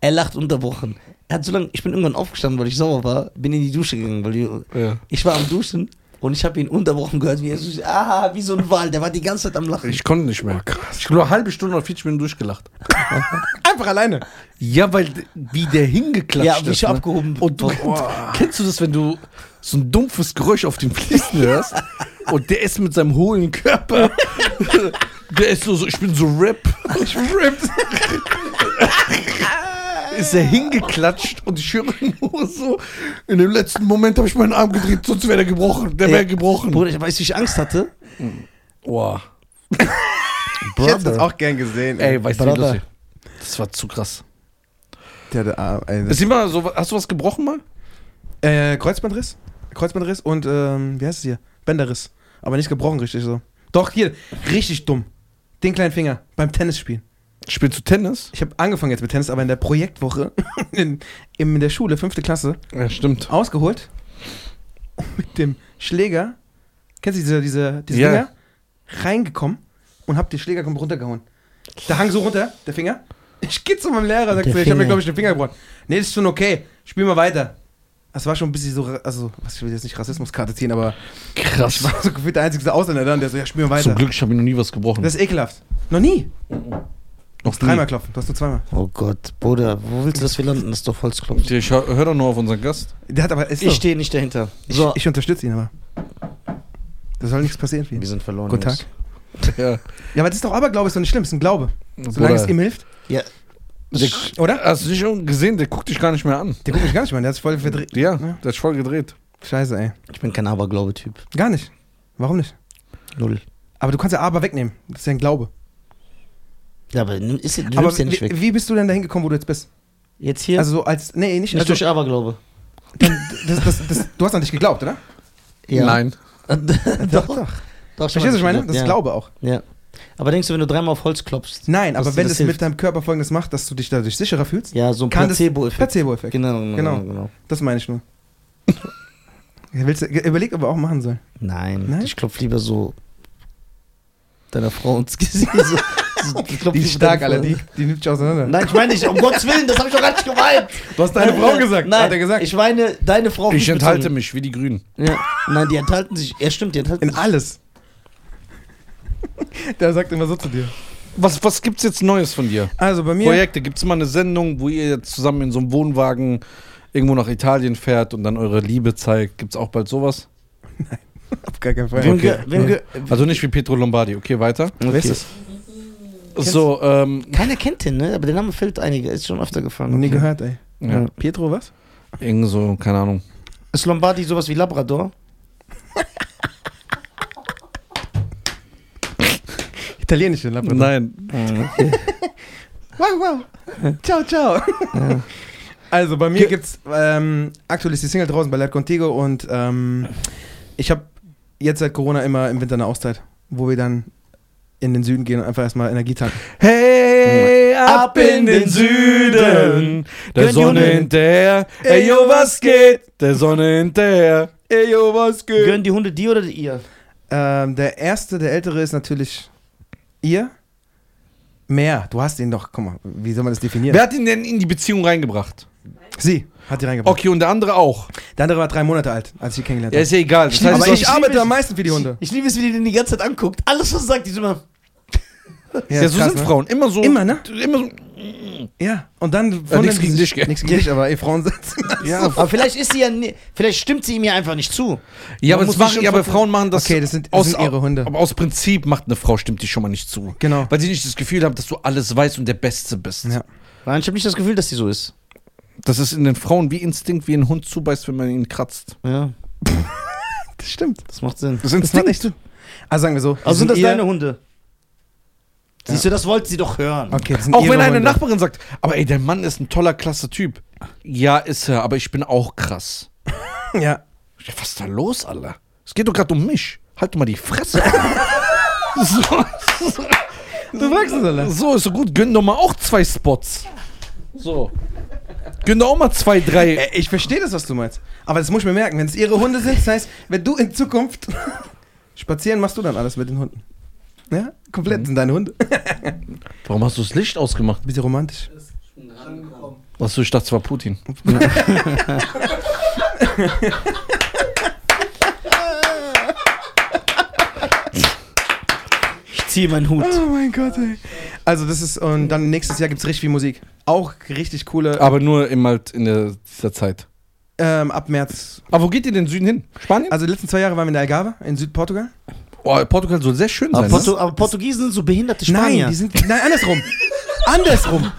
S1: er lacht unterbrochen. Er hat so lange, ich bin irgendwann aufgestanden, weil ich sauer war, bin in die Dusche gegangen, weil die,
S2: Ja.
S1: ich war am Duschen und ich habe ihn unterbrochen gehört, wie er so, ah, wie so ein Wal, der war die ganze Zeit am Lachen.
S2: Ich konnte nicht mehr.
S1: Oh,
S2: Ich habe nur eine halbe Stunde oder 40 Minuten durchgelacht.
S3: Einfach alleine.
S2: Ja, weil d- wie der hingeklatscht
S1: Ja, wie ich
S2: ne?
S1: abgehoben
S2: Und du, kennst du das, wenn du so ein dumpfes Geräusch auf dem
S1: *laughs*
S2: Fließen hörst und der ist mit seinem hohlen Körper, der ist so, so ich bin so rip. Ich ripped. Ist er hingeklatscht und ich höre nur so, in dem letzten Moment habe ich meinen Arm gedreht, sonst wäre der gebrochen. Der wäre
S1: Ey,
S2: gebrochen.
S1: Äh, Bruder, ich weiß, wie ich Angst hatte.
S2: Boah.
S3: Ich hätte das auch gern gesehen.
S2: Ey, weißt du, wie
S1: Brother.
S2: lustig? Das war zu krass.
S3: Der, der, Arm, ey, das-
S2: Ist immer so, hast du was gebrochen mal?
S3: äh, Kreuzbandriss. Kreuzbandriss und, ähm, wie heißt es hier? Bänderriss. Aber nicht gebrochen, richtig so. Doch, hier, richtig dumm. Den kleinen Finger beim Tennisspielen.
S2: Spielst du Tennis?
S3: Ich habe angefangen jetzt mit Tennis, aber in der Projektwoche *laughs* in, in der Schule, fünfte Klasse,
S2: Ja, stimmt.
S3: ausgeholt *laughs* und mit dem Schläger, kennst du diese, diese, diese
S2: Ja.
S3: Dinger, reingekommen und hab den Schläger komplett runtergehauen. Der hang so runter, der Finger. Ich geh zu meinem Lehrer, sag
S1: Der
S3: zu mir, ich hab mir,
S1: Finger.
S3: glaube ich, den Finger gebrochen. Nee, das ist schon okay, spiel mal weiter. Das war schon ein bisschen so, ra- also, was ich will jetzt nicht Rassismuskarte ziehen, aber
S2: Krass.
S3: war so gefühlt der einzige Ausländer dann, der so, ja, spiel mal
S2: Zum
S3: weiter.
S2: Glück, ich habe mir noch nie was gebrochen.
S3: Das ist ekelhaft. Noch nie.
S2: noch
S3: Dreimal klopfen, du hast nur zweimal.
S1: Oh Gott, Bruder, wo willst du, dass wir landen? Das ist doch Holzklopf.
S2: Ich hör, hör doch nur auf unseren Gast. *laughs*
S3: Der hat aber, ist
S1: Ich
S3: so.
S1: stehe nicht dahinter.
S3: ich,
S1: So,
S3: ich unterstütze ihn aber. Da soll nichts passieren. für ihn.
S1: wir sind verloren.
S3: Guten
S1: Jungs.
S3: Tag.
S2: Ja.
S3: Ja, aber das ist doch Aberglaube, ist doch nicht schlimm, ist ein Glaube. Solange es ihm hilft,
S1: Ja,
S2: der,
S3: oder?
S2: hast du dich schon gesehen? Der guckt dich gar nicht mehr an.
S3: Der guckt mich gar nicht mehr an, der hat sich voll verdreht.
S2: Ja, der ist voll gedreht.
S3: Scheiße, ey.
S1: ich bin kein Aberglaube-Typ.
S3: Gar nicht. Warum nicht?
S1: Null.
S3: Aber du kannst ja Aber wegnehmen. Das ist ja ein Glaube.
S1: Ja, aber nimm- ist, du
S3: aber
S1: nimmst ja nicht
S3: wie,
S1: weg.
S3: wie bist du denn da hingekommen, wo du jetzt bist?
S1: Jetzt hier,
S3: Also so als. Nee, nicht.
S1: nicht
S3: also,
S1: durch Aberglaube.
S3: dann, das, das, das, du hast an dich geglaubt, oder?
S1: Ja.
S2: Nein.
S1: *laughs* doch, doch. doch
S3: Verstehst du, was ich meine? Das
S1: ja.
S3: ist Glaube auch.
S1: Ja. Aber denkst du, wenn du dreimal auf Holz klopfst?
S3: Nein, aber
S1: dir
S3: wenn
S1: das
S3: es
S1: hilft.
S3: mit deinem Körper folgendes macht, dass du dich dadurch sicherer fühlst,
S1: Ja, so ein
S3: Kann das-
S1: Placebo-Effekt.
S3: Placebo-Effekt.
S1: Genau, genau,
S3: Genau.
S1: genau. genau.
S3: Das meine ich nur. Ja, Willst du, überleg, ob wir auch machen sollen.
S1: Nein,
S3: Nein?
S1: ich klopf lieber so deiner Frau ins Gesicht. *laughs* So, so, ich klopf
S3: Die ist
S1: lieber
S3: stark,
S1: deiner
S3: Alter.
S1: Frau.
S3: Die, die nimmt dich auseinander.
S1: Nein, ich meine nicht, um Gottes Willen, das habe ich doch gar nicht gemeint.
S3: Du hast deine Frau gesagt.
S1: Nein,
S3: Hat er gesagt.
S1: ich meine deine Frau.
S2: Ich
S1: nicht
S2: enthalte
S1: bezogen.
S2: mich, wie die Grünen.
S1: Ja. Nein, die enthalten sich. Ja, stimmt, die enthalten
S3: In
S1: sich. *laughs*
S3: alles. Der sagt immer so zu dir.
S2: Was, was gibt's jetzt Neues von dir?
S3: Also bei mir.
S2: Projekte, gibt's mal eine Sendung, wo ihr jetzt zusammen in so einem Wohnwagen irgendwo nach Italien fährt und dann eure Liebe zeigt? Gibt's auch bald sowas?
S3: Auf gar keinen Fall.
S1: Wem
S2: Okay.
S1: ge- wem ge-
S2: Also nicht wie Pietro Lombardi. Okay, weiter.
S1: Okay.
S3: Wer ist das?
S2: So, ähm,
S1: Keiner kennt den, ne? Aber der Name fällt einige. Ist schon öfter gefallen.
S3: Noch nie
S1: Okay.
S3: gehört, ey.
S2: ja,
S3: Pietro, was?
S2: irgend so, keine Ahnung.
S1: Ist Lombardi sowas wie Labrador?
S3: Italienische Labrador.
S2: Nein. *laughs*
S3: Wow, wow. ciao, ciao. Also bei mir gibt's ähm, aktuell ist die Single draußen bei Live Contigo und ähm, ich habe jetzt seit Corona immer im Winter eine Auszeit, wo wir dann in den Süden gehen und einfach erstmal Energie tanken.
S2: Hey,
S1: ab in den Süden,
S2: der
S1: Gönn Sonne Juden.
S2: hinterher.
S3: Ey, yo, was
S2: geht? Der Sonne hinterher.
S3: Ey, yo, was
S1: Gehören die Hunde dir oder ihr?
S3: Ähm, der erste, der ältere ist natürlich ihr. Mehr. Du hast ihn doch. Guck mal, wie soll man das definieren?
S2: Wer hat ihn denn in die Beziehung reingebracht?
S3: Sie hat die reingebracht.
S2: Okay, und der andere auch.
S3: Der andere war drei Monate alt, als ich ihn kennengelernt
S2: Ja,
S3: habe.
S2: ist ja egal. Das heißt,
S3: Aber
S2: du
S3: ich
S2: hast-
S3: arbeite am meisten für die Hunde.
S1: Ich liebe es, wie die den die ganze Zeit anguckt. Alles, was er sagt, die sind immer.
S2: ja, so sind Frauen. Immer so.
S3: Immer, ne?
S2: Immer so.
S3: Ja, und dann.
S2: Ja, nichts gegen dich, gell?
S3: Nichts gegen dich, aber ey, Frauen sind.
S2: *laughs* Ja,
S1: Aber vielleicht ist sie ja. ni- Vielleicht stimmt sie ihm ja einfach nicht zu.
S2: ja, aber,
S1: Man
S2: das
S1: muss
S2: machen,
S1: nicht
S2: ja aber
S1: sofort-
S2: Frauen machen das.
S3: Okay, das sind- das
S2: aus,
S3: sind ihre Hunde.
S2: Aber aus Prinzip macht eine Frau, stimmt die schon mal nicht zu.
S3: Genau.
S2: Weil sie nicht das Gefühl haben, dass du alles weißt und der Beste bist.
S3: Ja.
S1: Nein, ich habe nicht das Gefühl, dass sie so ist.
S2: Das ist in den Frauen wie Instinkt, wie ein Hund zubeißt, wenn man ihn kratzt.
S1: Ja.
S3: Das stimmt.
S1: Das macht Sinn.
S3: Das Instinkt. echt so. Also sagen wir so.
S1: Also sind das
S3: ihr-
S1: deine Hunde? Siehst du, das wollte sie doch hören.
S3: Okay, das sind
S2: Auch
S3: ihre
S2: wenn eine
S3: Hunde.
S2: Nachbarin sagt, aber ey, der Mann ist ein toller, klasse Typ. Ja, ist er, aber ich bin auch krass.
S3: Ja.
S2: Ja, was ist da los, Alter? Es geht doch gerade um mich. Halt doch mal die Fresse. *laughs* so, so,
S3: Du ne? sagst es,
S2: *laughs*
S3: Alter.
S2: so, ist so gut. Gönn doch mal auch zwei Spots. So. Gönn doch auch mal zwei, drei.
S3: Äh, Ich verstehe das, was du meinst. Aber das muss ich mir merken. Wenn es ihre Hunde sind, das heißt, wenn du in Zukunft *laughs* spazieren machst du dann alles mit den Hunden. Ja?
S2: Mhm.
S3: Komplett sind deine Hunde. *laughs*
S2: Warum hast du das Licht ausgemacht?
S3: Bisschen romantisch.
S2: Achso, ich dachte, es war Putin.
S1: Ich ziehe meinen Hut.
S3: Oh mein Gott, ey. Also, das ist, und dann nächstes Jahr gibt es richtig viel Musik. Auch richtig coole.
S2: Aber nur im, halt in der, dieser Zeit.
S3: Ähm, ab März.
S2: Aber wo geht ihr denn Süden hin? Spanien?
S3: Also, die letzten zwei Jahre waren wir in der Algarve, in Südportugal.
S2: oh, Portugal soll sehr schön
S1: Aber,
S2: sein. ne?
S1: Portu aber Portugiesen sind so behinderte Spanier.
S3: Nein, die sind. Nein, andersrum. andersrum.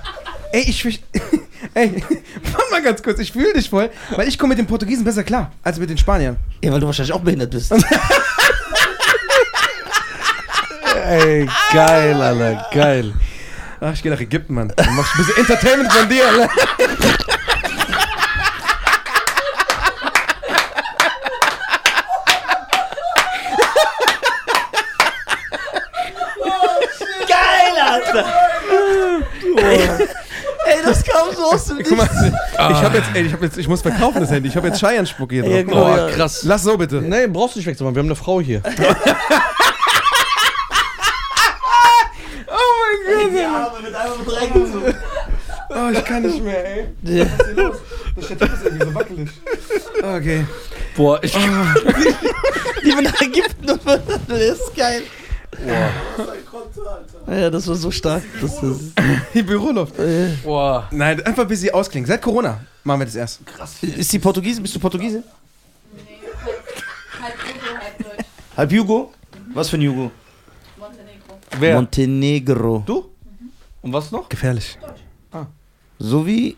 S3: Ey, ich. verste- *laughs* Ey, mach mal ganz kurz, ich fühle dich voll, weil ich komme mit den Portugiesen besser klar als mit den Spaniern.
S1: ja, weil du wahrscheinlich auch behindert *laughs* bist.
S2: ne? Ey, geil, Alter, geil.
S3: Ach, Ah, ich gehe nach Ägypten, Mann. Dann mach ich ein bisschen Entertainment von dir, Alter.
S1: Geil, Alter! Ey, das kam so aus dem
S3: *laughs* Guck mal,
S1: Nichts.
S3: ich hab jetzt, ey, ich hab jetzt, ich muss verkaufen das Handy. Ich hab jetzt Scheiern-Spuck hier
S1: Ja,
S3: drauf.
S1: genau.
S2: Oh,
S1: ja.
S2: krass.
S3: Lass so bitte.
S2: Nee, brauchst du nicht wegzumachen. Wir haben eine Frau hier.
S3: Oh mein Gott.
S1: Arme mit einmal mit Drecken so.
S3: Oh, ich kann nicht mehr, ey. Was ist hier los? Das Stativ ist irgendwie so wackelig. Okay.
S2: Boah, ich.
S1: Die bin nach Ägypten und das ist geil. Ja, das war so stark. Das ist,
S3: Die Büroluft.
S2: Boah.
S3: Nein, einfach bis sie ausklingen. Seit Corona machen wir das erst.
S1: ist die Portugiesen? Bist du Portugiese?
S4: Halb Jugo, halb Deutsch.
S1: Halb Jugo? Was für ein Jugo?
S4: Montenegro.
S2: Wer?
S1: Montenegro.
S2: du? Und was noch?
S3: Gefährlich.
S1: So wie.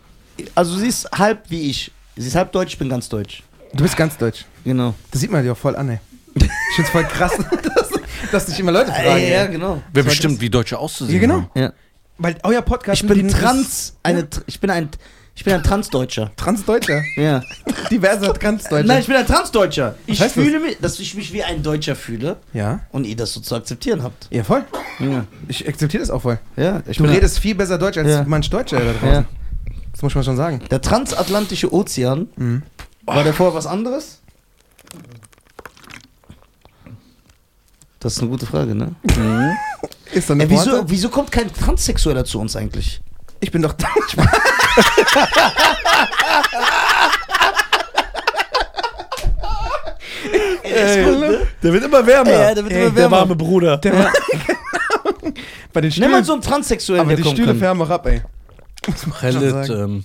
S1: Also, sie ist halb wie ich. Sie ist halb deutsch, ich bin ganz deutsch.
S3: Du bist ganz deutsch.
S1: Genau.
S3: Das sieht man dir auch voll an, ey. Ich find's voll krass, *laughs* dass, dass dich immer Leute fragen.
S1: ja,
S3: ey.
S1: genau.
S2: Wer
S3: Soll
S2: bestimmt, wie Deutsche auszusehen ne?
S3: Ja, genau.
S2: haben.
S1: Ja.
S3: Weil euer Podcast.
S1: Ich bin
S3: mit den-
S1: trans. Eine, tr- ich bin ein. Ich bin ein Transdeutscher.
S3: Transdeutscher.
S1: Ja.
S3: *laughs* Diverser Transdeutscher.
S1: Nein, ich bin ein Transdeutscher. Ich
S3: heißt das?
S1: fühle mich, dass ich mich wie ein Deutscher fühle
S3: Ja.
S1: und ihr das so zu akzeptieren habt.
S3: Ja, voll.
S1: Ja.
S3: Ich akzeptiere das auch voll.
S1: Ja, ich
S3: Du
S1: bin
S3: redest viel besser Deutsch als
S1: Ja.
S3: manch Deutscher da draußen.
S1: Ja.
S3: Das muss man schon sagen. Mhm.
S1: Der transatlantische Ozean war der vorher was anderes? Das ist eine gute Frage, *laughs* ne?
S3: Ist dann
S1: Ey,
S3: eine
S1: wieso,
S3: Pointe?
S1: wieso kommt kein Transsexueller zu uns eigentlich?
S3: Ich bin doch. *laughs*
S2: Der wird immer wärmer.
S1: Ja, der wird immer wärmer.
S2: Bruder.
S3: Bei den
S1: Nimm
S3: Stühlen.
S1: mal so einen Transsexuellen,
S3: aber
S1: der
S3: die
S1: kommen
S3: Stühle
S1: kann.
S3: färben auch ab, ey.
S2: Das muss
S3: schon
S2: Pellet,
S3: sagen.
S2: ähm,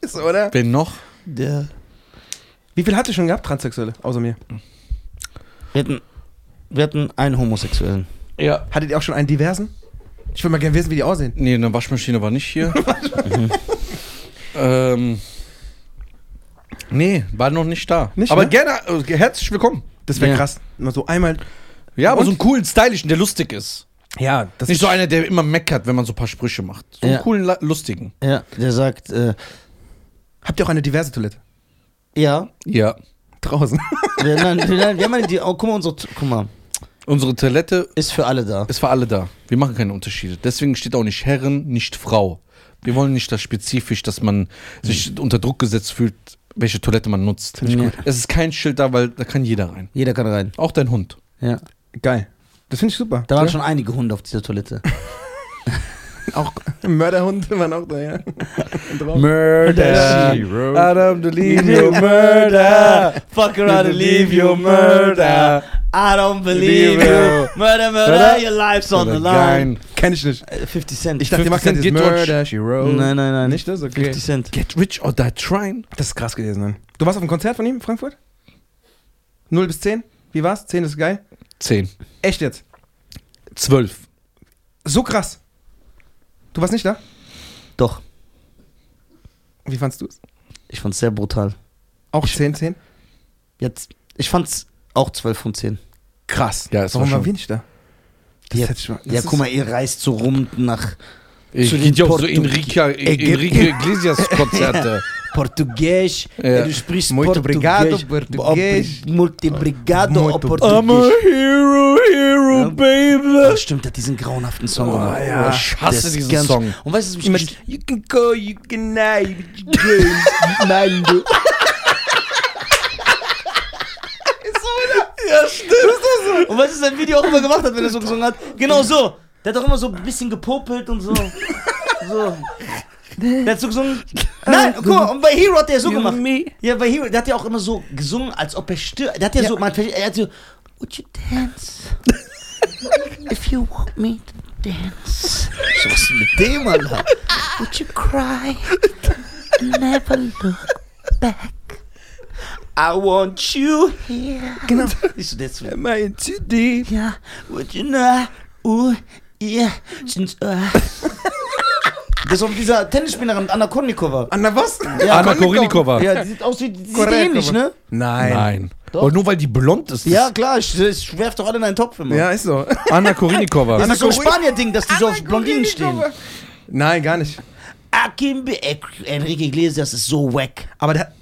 S3: Ist, so, oder?
S2: wen noch?
S1: Der.
S3: Wie viel hatte schon gehabt, Transsexuelle? Außer mir.
S1: Wir hatten, wir hatten einen Homosexuellen.
S2: Ja.
S3: Hattet ihr auch schon einen diversen? Ich würde mal gerne wissen, wie die aussehen.
S2: Nee, eine Waschmaschine war
S3: *laughs*
S2: nicht hier. ähm. Nee, war noch nicht da.
S3: Nicht,
S2: aber
S3: ne?
S2: gerne, äh, herzlich willkommen.
S3: Das wäre
S1: Ja.
S3: krass. Mal so einmal.
S2: Ja, aber
S3: Und?
S2: so einen coolen, stylischen, der lustig ist.
S3: Ja, das
S2: Nicht so einer, der immer meckert, wenn man so ein paar Sprüche macht. So einen
S1: Ja.
S2: coolen, la- lustigen.
S1: Ja, der sagt, äh,
S3: Habt ihr auch eine diverse Toilette?
S1: ja,
S2: Ja. *laughs*
S3: Draußen.
S1: wir, nein, wir- nein, wir haben eine, die, oh, guck mal, unsere, guck mal,
S2: Unsere Toilette
S1: ist für alle da.
S2: ist für alle da. Wir machen keine Unterschiede. Deswegen steht auch nicht Herren, nicht Frau. Wir wollen nicht das spezifisch, dass man sich unter Druck gesetzt fühlt, welche Toilette man nutzt.
S1: ich gut.
S2: Es ist kein Schild da, weil da kann jeder rein.
S1: Jeder kann rein.
S2: Auch dein Hund.
S1: Ja.
S3: Geil. Das finde ich super.
S1: Da waren
S3: Ja.
S1: schon einige Hunde auf dieser Toilette.
S3: auch *laughs* Mörderhunde waren auch da, ja. Drauf.
S2: Murder. Adam, to leave you murder.
S1: murder. Fuck
S2: around and leave you murder.
S1: I don't
S2: believe you.
S1: Murder,
S2: murder,
S1: your life's
S3: Kenn ich nicht.
S1: 50 Äh, Cent.
S3: Ich dachte, ihr macht
S2: 15
S3: ja dieses
S2: geht durch.
S3: Murder, She Wrote.
S1: nein, nein, nein.
S3: Nicht das? Okay.
S1: 50 Cent.
S2: Get rich or die trying.
S3: Das ist krass gewesen, Mann. Du warst auf einem Konzert von ihm in Frankfurt? 0 bis 10? Wie war's? 10 ist geil.
S2: 10.
S3: Echt jetzt?
S2: 12.
S3: So krass. Du warst nicht da?
S1: Doch,
S3: Wie fandst du es?
S1: ich fand's sehr brutal.
S3: Auch 10, 10?
S1: Jetzt, Ich fand's auch 12 von 10.
S3: Krass.
S2: Ja, es war
S3: Warum war
S2: schon-
S3: wir nicht da? Das
S1: Ja,
S3: hätte ich mal. Das
S1: ja,
S3: ist-
S1: guck mal, ihr reist so rum nach
S2: Ich
S1: Zu
S2: gehe
S1: den
S2: ja auch so
S1: Portu-
S2: Enrique, Enrique Iglesias *laughs* Konzerte.
S1: Português.
S2: Ja.
S1: Du sprichst
S3: Muito
S1: Português.
S3: obrigado, Português.
S1: Ob- Muito obrigado,
S3: Muito
S1: oh, Português.
S2: hero, hero,
S1: Ja.
S2: baby.
S1: Oh, stimmt, der hat diesen grauenhaften Song
S3: Oh,
S1: gemacht.
S3: ja.
S2: Ich hasse
S1: Das
S2: diesen
S1: ganz-
S2: Song.
S1: Und weißt du, was
S3: Immer,
S1: mich
S3: you can go, you can night,
S1: *laughs*
S3: James, Nando.
S1: Ja, stimmt. Das Und was ist sein Video auch immer gemacht hat, wenn er so gesungen hat? Genau so. Der hat doch immer so ein bisschen gepopelt und so. So. Der hat so gesungen. Nein, guck mal, und bei Hero hat er so gemacht. Ja, bei Hero, der hat ja auch immer so gesungen, als ob er stirbt. Der hat ja, so, man, versteht- er hat so, would you *laughs* dance? If you want me to dance. So was ist denn mit dem, Alter? Would you cry? Never look back. I want you here. Genau. Ich so, der ist so,
S3: Am I in too deep?
S1: ja, would you know? Uh, yeah, since, uh. Das ist auch dieser Tennisspielerin Anna Kornikova.
S3: Anna was?
S1: Ja,
S2: Anna Korinikova.
S1: *laughs* Ja, die sieht aus wie, die sieht
S3: Korrekt,
S1: ähnlich,
S3: aber-
S1: ne?
S3: Nein.
S2: Nein.
S1: Doch.
S2: Aber Oh, nur weil die blond ist.
S1: Ja, klar, ich, ich werf doch alle in einen Topf immer.
S3: Ja, ist so.
S2: *laughs* Anna Korinikova.
S1: Das
S3: Anna
S1: ist so ein
S3: Korin-
S1: Spanier-Ding, dass die so auf Blondinen stehen. Ah,
S3: Nein, gar nicht.
S1: Akimbe, Enrique Iglesias ist so wack.
S3: Aber der,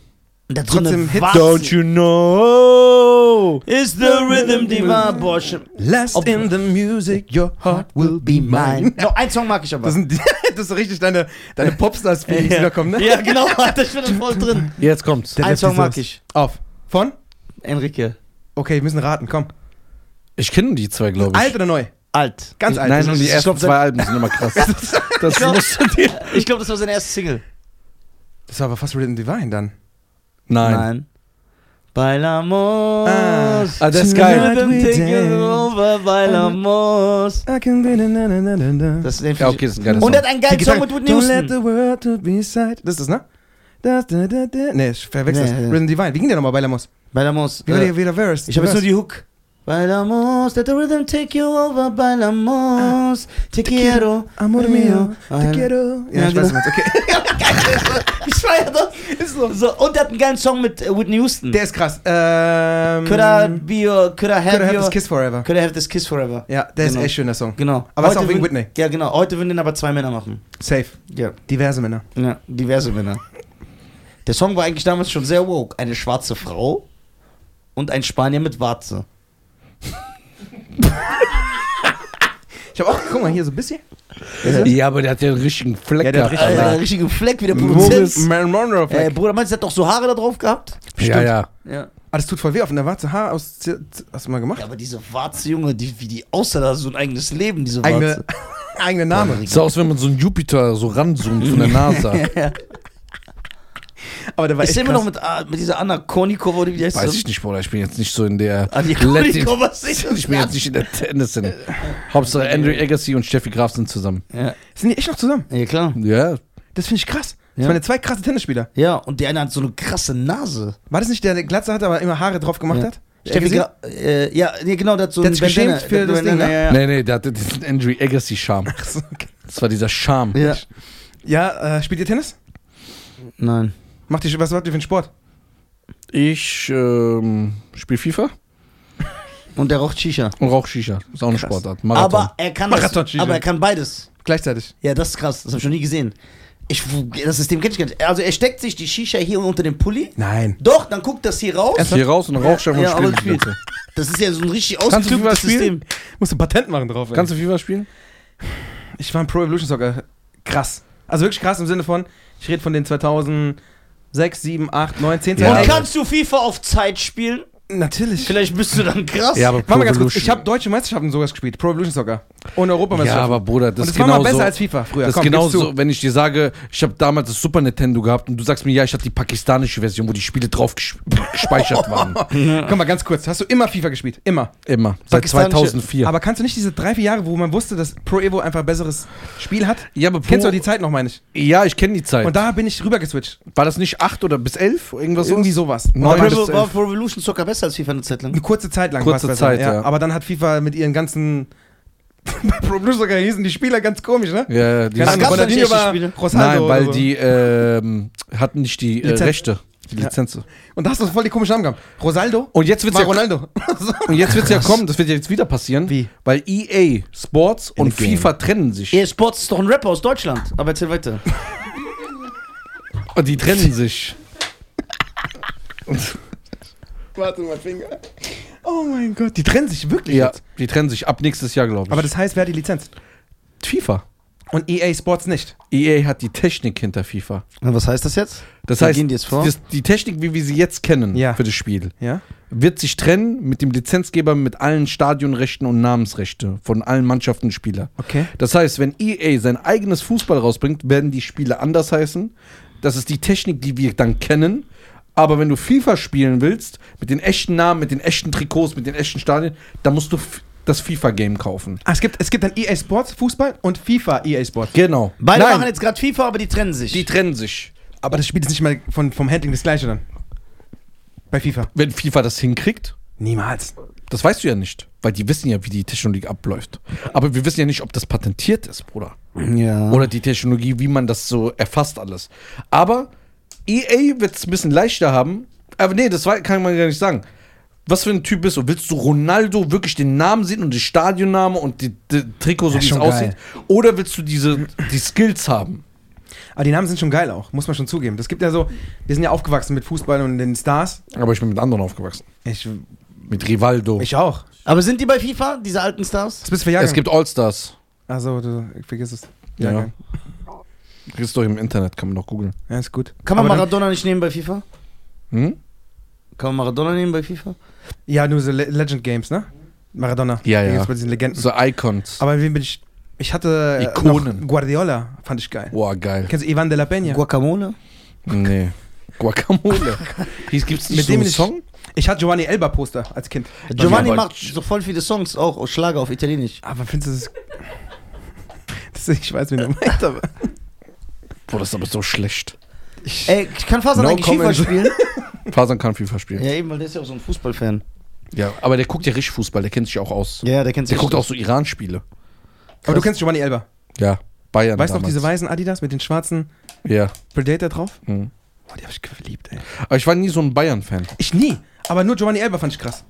S1: Und der hat so eine
S3: Trotzdem Hit.
S1: Wahnsinn.
S2: Don't you know?
S1: Is the rhythm divine, boah, shit.
S3: Last
S1: Ob-
S3: in the music, your heart will be mine.
S1: No, ein Song mag ich aber.
S3: Das, sind, die- *laughs* das ist so richtig deine, deine Popstars-Feelings, die da kommen, ne?
S1: Ja, genau, Alter, ich bin da voll
S3: *laughs*
S1: drin.
S2: Jetzt kommt's.
S1: Ein Song mag
S3: Episodes.
S1: ich.
S3: Auf. Von?
S1: Enrique.
S3: Okay, wir müssen raten, komm.
S2: Ich kenne die zwei, glaube ich.
S3: Alt oder neu?
S1: Alt.
S3: Ganz alt.
S2: Nein, und die
S1: Ich
S2: ersten
S1: glaub,
S2: zwei Alben sind immer krass. Das
S1: glaub-
S2: musst du dir.
S1: Ich glaube, das war seine erste Single.
S3: Das war aber fast Rhythm Divine dann.
S2: Nein.
S1: Bailamos.
S3: Ah,
S2: ah, das ist
S3: geil.
S1: Rhythm taking over, bailamos.
S3: I can be na na na na na na.
S1: Das ist den
S2: Ja, okay, das ist ein geiler
S1: Und
S2: Song.
S1: er hat einen geilen
S3: Die
S1: Song
S3: Gitarre.
S1: mit Whitney
S3: Don't let
S1: Houston.
S3: the world to be side. Das ist das, ne? Da, da, da, da. Ne, ich verwechsel das.
S1: Nee, nee.
S3: Rhythm Divine. Wie ging der nochmal bei Lamos?
S1: Bailamos.
S3: Wie war
S1: äh,
S3: der wieder Verse?
S1: Ich habe jetzt nur die Hook. Bailamos, let the rhythm take you over, bailamos, Ah, te quiero,
S3: Amor mio, te
S1: Bail-
S3: quiero.
S1: Ja,
S3: oh, Ja, genau. ich weiß was. *laughs* Okay.
S1: *laughs* Ich feier das. Ist so. so. Und er hat einen geilen Song mit äh, Whitney Houston.
S3: Der ist krass. Ähm,
S1: could I be your, could I have,
S3: Could I have
S1: your,
S3: this kiss forever?
S1: could I have this kiss forever.
S3: Ja, der
S1: Genau.
S3: ist echt schön, der Song.
S1: Genau.
S3: Aber ist auch wegen
S1: würden-
S3: Whitney.
S1: Ja, genau. Heute würden den aber zwei Männer machen.
S3: Safe.
S1: Ja.
S3: Diverse Männer.
S1: Ja, diverse Männer. Der Song war eigentlich damals schon sehr woke. Eine schwarze Frau und ein Spanier mit Warze.
S3: Ich habe auch, guck mal, hier so ein bisschen.
S2: Ja, aber der hat ja einen richtigen Fleck
S3: Ja, der hat
S2: da.
S1: Alter,
S3: Alter.
S1: der richtige Fleck wie der
S3: Marilyn
S1: Produzent.
S3: Monroe.
S1: Äh,
S3: Fleck.
S1: Bruder, meinst du, der hat doch so Haare da drauf gehabt?
S2: ja, ja.
S1: Ja.
S3: Ah, das tut voll weh auf der Warze. Haar aus. Hast du mal
S1: Ja,
S3: gemacht?
S1: aber diese Warze, Junge, die, wie die aussah, da so ein eigenes Leben, diese Warze.
S3: Eigene, *laughs* eigene Name.
S2: Sieht aus, wenn man so einen Jupiter so ranzoomt von der NASA.
S3: Aber der war
S1: Ist
S3: echt
S1: der immer
S3: krass.
S1: noch mit, ah, mit dieser Anna Kornikova oder wie die heißt
S2: Weiß
S1: sie?
S2: ich nicht, Bruder. Ich bin jetzt nicht so in der.
S1: Anna
S2: Latin-
S1: Kornikova, was ist das?
S2: ich bin jetzt nicht in der Tennisin. Hauptsache Andrew Agassi und Steffi Graf sind zusammen.
S1: Ja,
S3: Sind die echt noch zusammen?
S1: ja, klar.
S2: Ja.
S3: Das finde ich krass.
S1: Ja.
S3: Das waren ja zwei krasse Tennisspieler.
S1: Ja, und der eine hat so eine krasse Nase.
S3: War das nicht der, der Glatze hatte, aber immer Haare drauf gemacht
S1: Ja.
S3: hat?
S1: Steffi,
S3: Gra-
S1: Gra- äh, ja, nee, genau, der hat so
S3: Der hat sich
S1: Bandana-
S3: geschämt für das
S1: Bandana,
S3: Ding, ne?
S1: ja, ja.
S2: Nee, nee, der hatte diesen Andrew Agassi-Charme.
S3: Ach so, okay.
S2: Das war dieser Charme.
S1: Ja,
S3: Ja, äh, spielt ihr Tennis?
S1: nein.
S3: Macht ihr, was macht ihr für einen Sport?
S2: Ich ähm, spiele FIFA
S1: Und der raucht Shisha.
S2: und rauche Shisha. Ist auch eine
S3: Krass.
S2: Sportart. Marathon.
S1: Aber er kann das,
S3: Marathon-Shisha.
S1: aber er kann beides.
S3: Gleichzeitig.
S1: Ja, das ist krass, das habe ich noch nie gesehen. Ich, das System kenne ich gar nicht. Also er steckt sich die Shisha hier unter den Pulli.
S3: Nein.
S1: Doch, dann guckt das hier raus.
S2: Hier raus und Rauchschirm
S1: Ja,
S2: und
S1: aber
S2: spielen.
S1: spielt. Das ist ja so ein richtig
S2: du
S1: ausgeklügeltes
S2: FIFA spielen?
S1: System.
S3: Musst du ein Patent machen drauf. Ey.
S2: Kannst du FIFA spielen?
S3: ich war ein Pro Evolution Soccer. Krass. Also wirklich krass im Sinne von, ich rede von den 2006, 7, 8, 9, 10,
S2: Ja.
S1: Und
S3: 12.
S1: kannst du FIFA auf Zeit spielen?
S3: Natürlich.
S1: Vielleicht bist du dann krass.
S2: aber
S3: Mach mal ganz kurz,
S2: Evolution-
S3: ich habe deutsche Meisterschaften sogar gespielt. Pro Evolution Soccer. Und
S2: Ja,
S3: Europameisterschaften.
S2: aber Bruder, das
S3: Und
S2: ist
S3: das war mal
S2: genauso.
S3: besser als FIFA früher.
S2: Das ist genau
S3: Komm, gib's
S2: genauso,
S3: zu.
S2: wenn ich dir sage, ich habe damals das Super Nintendo gehabt und du sagst mir, ja, ich hatte die pakistanische Version, wo die Spiele drauf ges- gespeichert waren.
S3: Komm mal ganz kurz, hast du immer FIFA gespielt? Immer.
S2: *laughs* Immer. Seit
S1: Pakistanische-
S2: 2004.
S3: Aber kannst du nicht diese drei, vier Jahre, wo man wusste, dass Pro Evo einfach ein besseres Spiel hat?
S2: ja, aber
S3: Kennst du
S2: Pro-
S3: auch die Zeit noch, meine ich?
S2: Ja, ich kenne die Zeit.
S3: Und da bin ich rüber geswitcht.
S2: war das nicht 8 oder bis 11? Irgendwas
S3: Irgendwie
S2: sowas?
S3: sowas. Und
S2: Neun
S3: dann war
S2: bis
S3: das-
S1: War, war Pro Evolution Soccer besser als FIFA eine Zeit lang?
S3: Eine kurze Zeit lang.
S2: Kurze
S3: war's
S2: Zeit,
S3: besser,
S2: ja.
S3: Aber dann hat FIFA mit ihren ganzen. *laughs* Bei Pro Evolution Soccer hießen die Spieler ganz komisch, ne?
S2: Ja, die
S3: Keine
S1: gab's
S3: Ahnung,
S1: da nicht
S3: Ronaldinho
S1: echte
S3: war
S1: Spiele?
S3: Rosaldo
S2: Nein, weil
S3: oder so.
S2: die ähm, hatten nicht die äh,
S3: Lizenz.
S2: Rechte. die Lizenz.
S3: Und da hast du voll die komischen Namen gehabt. Rosaldo?
S2: Und jetzt wird's
S3: War
S2: ja
S3: Ronaldo. So.
S2: und
S3: *laughs*
S2: jetzt wird's ja kommen, das wird ja jetzt wieder passieren,
S3: Wie?
S2: weil EA Sports und
S1: the game.
S2: FIFA trennen sich.
S1: EA Sports ist doch ein Rapper aus Deutschland. Aber erzähl weiter.
S2: Und Ah, die trennen sich.
S3: Warte mal, Finger. Oh mein Gott, die trennen sich wirklich
S2: Ja,
S3: jetzt.
S2: die trennen sich ab nächstes Jahr, glaube ich.
S3: Aber das heißt, wer hat die Lizenz?
S2: FIFA.
S3: Und EA Sports nicht.
S2: EA E hat die Technik hinter FIFA.
S1: Und was heißt das jetzt?
S2: Das
S1: Wie
S2: heißt,
S1: gehen die jetzt vor?
S2: Das, die Technik, wie wir sie jetzt kennen
S3: Ja.
S2: für das Spiel,
S3: Ja?
S2: wird sich trennen mit dem Lizenzgeber mit allen Stadionrechten und Namensrechten von allen Mannschaften und Spieler.
S3: Okay.
S2: Das heißt, wenn EA sein eigenes Fußball rausbringt, werden die Spiele anders heißen. Das ist die Technik, die wir dann kennen. Aber wenn du FIFA spielen willst, mit den echten Namen, mit den echten Trikots, mit den echten Stadien, dann musst du f- das FIFA-Game kaufen.
S3: Ah, es, gibt, es gibt dann EA Sports Fußball und FIFA EA Sports.
S2: Genau.
S1: Beide
S2: Nein,
S1: machen jetzt gerade FIFA, aber die trennen sich.
S2: die trennen sich.
S3: Aber das Spiel ist nicht mal von, vom Handling das gleiche dann. Bei FIFA.
S2: Wenn FIFA das hinkriegt,
S3: Niemals.
S2: das weißt du ja nicht. Weil die wissen ja, wie die Technologie abläuft. Aber wir wissen ja nicht, ob das patentiert ist, Bruder.
S1: ja.
S2: Oder die Technologie, wie man das so erfasst alles. Aber EA wird es ein bisschen leichter haben. Aber nee, das war- kann man gar nicht sagen. Was für ein Typ bist du? Willst du Ronaldo wirklich den Namen sehen und den Stadionname und die, die Trikot, so
S3: Ja,
S2: wie es
S3: schon
S2: aussieht?
S3: geil.
S2: Oder willst du diese die Skills haben?
S3: Aber die Namen sind schon geil auch, muss man schon zugeben. Das gibt ja so, wir sind ja aufgewachsen mit Fußball und den Stars.
S2: Aber ich bin mit anderen aufgewachsen.
S3: Ich,
S2: Mit Rivaldo.
S3: ich auch.
S1: Aber sind die bei FIFA, diese alten Stars?
S3: Was bist du für Jahrgang?
S2: Oh. es gibt Allstars.
S3: Achso, du ich vergiss es.
S2: Ja.
S3: Jahrgang.
S2: Kriegst du im Internet, kann man doch googeln.
S3: Ja, ist gut.
S1: Kann man
S3: Aber dann-
S1: Maradona nicht nehmen bei FIFA?
S2: Hm?
S1: Kann man Maradona nehmen bei FIFA?
S3: Ja, nur so Le Legend Games, ne? Maradona.
S2: Ja,
S3: Da
S2: ja.
S3: gibt's bei diesen Legenden.
S2: So Icons.
S3: Aber wen bin ich. Ich hatte. äh,
S2: Ikonen. Oh.
S3: noch Guardiola, fand ich geil.
S2: Boah, geil.
S3: Kennst du Ivan de la Peña?
S1: Guacamole?
S2: Nee. Guacamole. Hier gibt's nicht
S3: Mit
S2: so
S3: dem
S2: einen
S3: ich-
S2: Song?
S3: Ich hatte Giovanni Elba Poster als Kind.
S1: Giovanni
S2: Ja, aber-
S1: macht so voll viele Songs, auch aus Schlager auf Italienisch.
S3: Aber findest du *laughs* das. das ich weiß, wie
S2: *laughs*
S3: du meinst, aber.
S2: Boah, das ist aber so schlecht.
S1: Ey, kann Fasan
S3: No
S1: eigentlich
S3: comment.
S1: FIFA *laughs* spielen?
S2: Fasan kann FIFA spielen.
S1: ja, eben, weil der ist ja auch so ein Fußballfan.
S2: Ja, aber der guckt ja richtig Fußball, der kennt sich auch aus.
S1: Ja, der kennt
S2: Der guckt auch so Iran-Spiele.
S3: Aber du kennst Giovanni Elba.
S2: Ja, Bayern.
S3: Weißt du noch
S2: damals.
S3: diese weißen Adidas mit den schwarzen
S2: Ja.
S3: Predator drauf?
S2: Mhm.
S3: Boah, die hab ich geliebt, ey.
S2: Aber ich war nie so ein Bayern-Fan.
S3: Ich nie. Aber nur Giovanni Elba fand ich krass.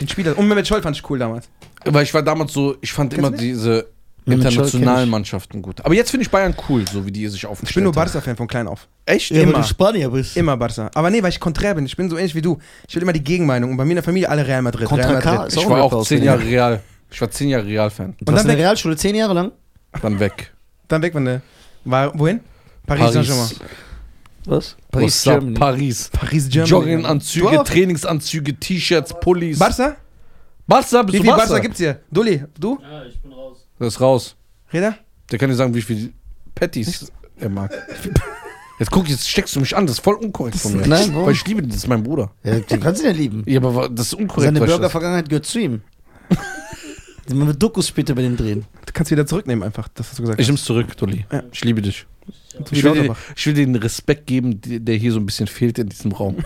S3: Den Spieler. Und Mehmet Scholl fand ich cool damals.
S2: Weil ich war damals so, ich fand
S3: Kennst
S2: immer
S3: du nicht?
S2: diese
S1: Ja, mit Schalke kenn
S2: internationalen
S1: ich.
S2: Mannschaften gut. Aber jetzt finde ich Bayern cool, so wie die sich aufgestellt
S3: Ich bin nur
S2: haben.
S3: Barca-Fan von klein auf.
S2: Echt?
S1: Ja, weil
S3: immer.
S1: du Spanier bist.
S3: Immer Barca. Aber nee, weil ich konträr bin. Ich bin so ähnlich wie du. Ich will immer die Gegenmeinung. Und bei mir in der Familie alle Real Madrid.
S1: Contra
S3: Real
S1: K
S3: Madrid.
S1: ist
S2: Ich
S1: ein
S2: war
S1: Rapper
S2: auch
S1: aus
S3: ne?
S2: zehn
S1: Berlin.
S2: Jahre Real. Ich war zehn Jahre
S1: Du
S2: Real-Fan.
S1: warst
S3: Und
S1: in
S3: dann
S1: der Realschule zehn Jahre lang?
S2: Dann weg.
S3: Dann weg, wenn der. War, wohin? Paris, Paris. Saint-Germain.
S1: Was?
S2: Paris. Germany. Paris.
S3: Paris, Du
S2: Jogginganzüge,
S3: auch?
S2: Trainingsanzüge, T-Shirts, Pullis.
S3: Barca?
S2: Barca, bist
S3: Wie
S2: du
S3: viel
S2: Barca?
S3: Barca gibt's hier? Dulli, du?
S4: Ja, ich bin raus.
S2: Das ist raus.
S3: Reda?
S2: Der kann dir sagen, wie viel Patties er mag. *laughs* Jetzt guck, jetzt steckst du mich an, das ist voll unkorrekt von mir.
S1: Nein, warum?
S2: weil ich liebe dich, das ist mein Bruder.
S1: Ja, den kannst du ja lieben.
S2: Ja, aber wa- das ist unkorrekt.
S1: Seine
S2: weil ich das-
S1: Burger-Vergangenheit gehört zu ihm. Man wird Dokus später bei dem drehen.
S3: Du kannst wieder zurücknehmen einfach, das hast du gesagt.
S2: ich nimm's zurück, Dolly.
S3: Ja.
S2: Ich liebe dich.
S3: Zu
S2: Ich will, dir,
S3: Lauterbach.
S2: ich will dir den Respekt geben, die- der hier so ein bisschen fehlt in diesem *laughs* Raum.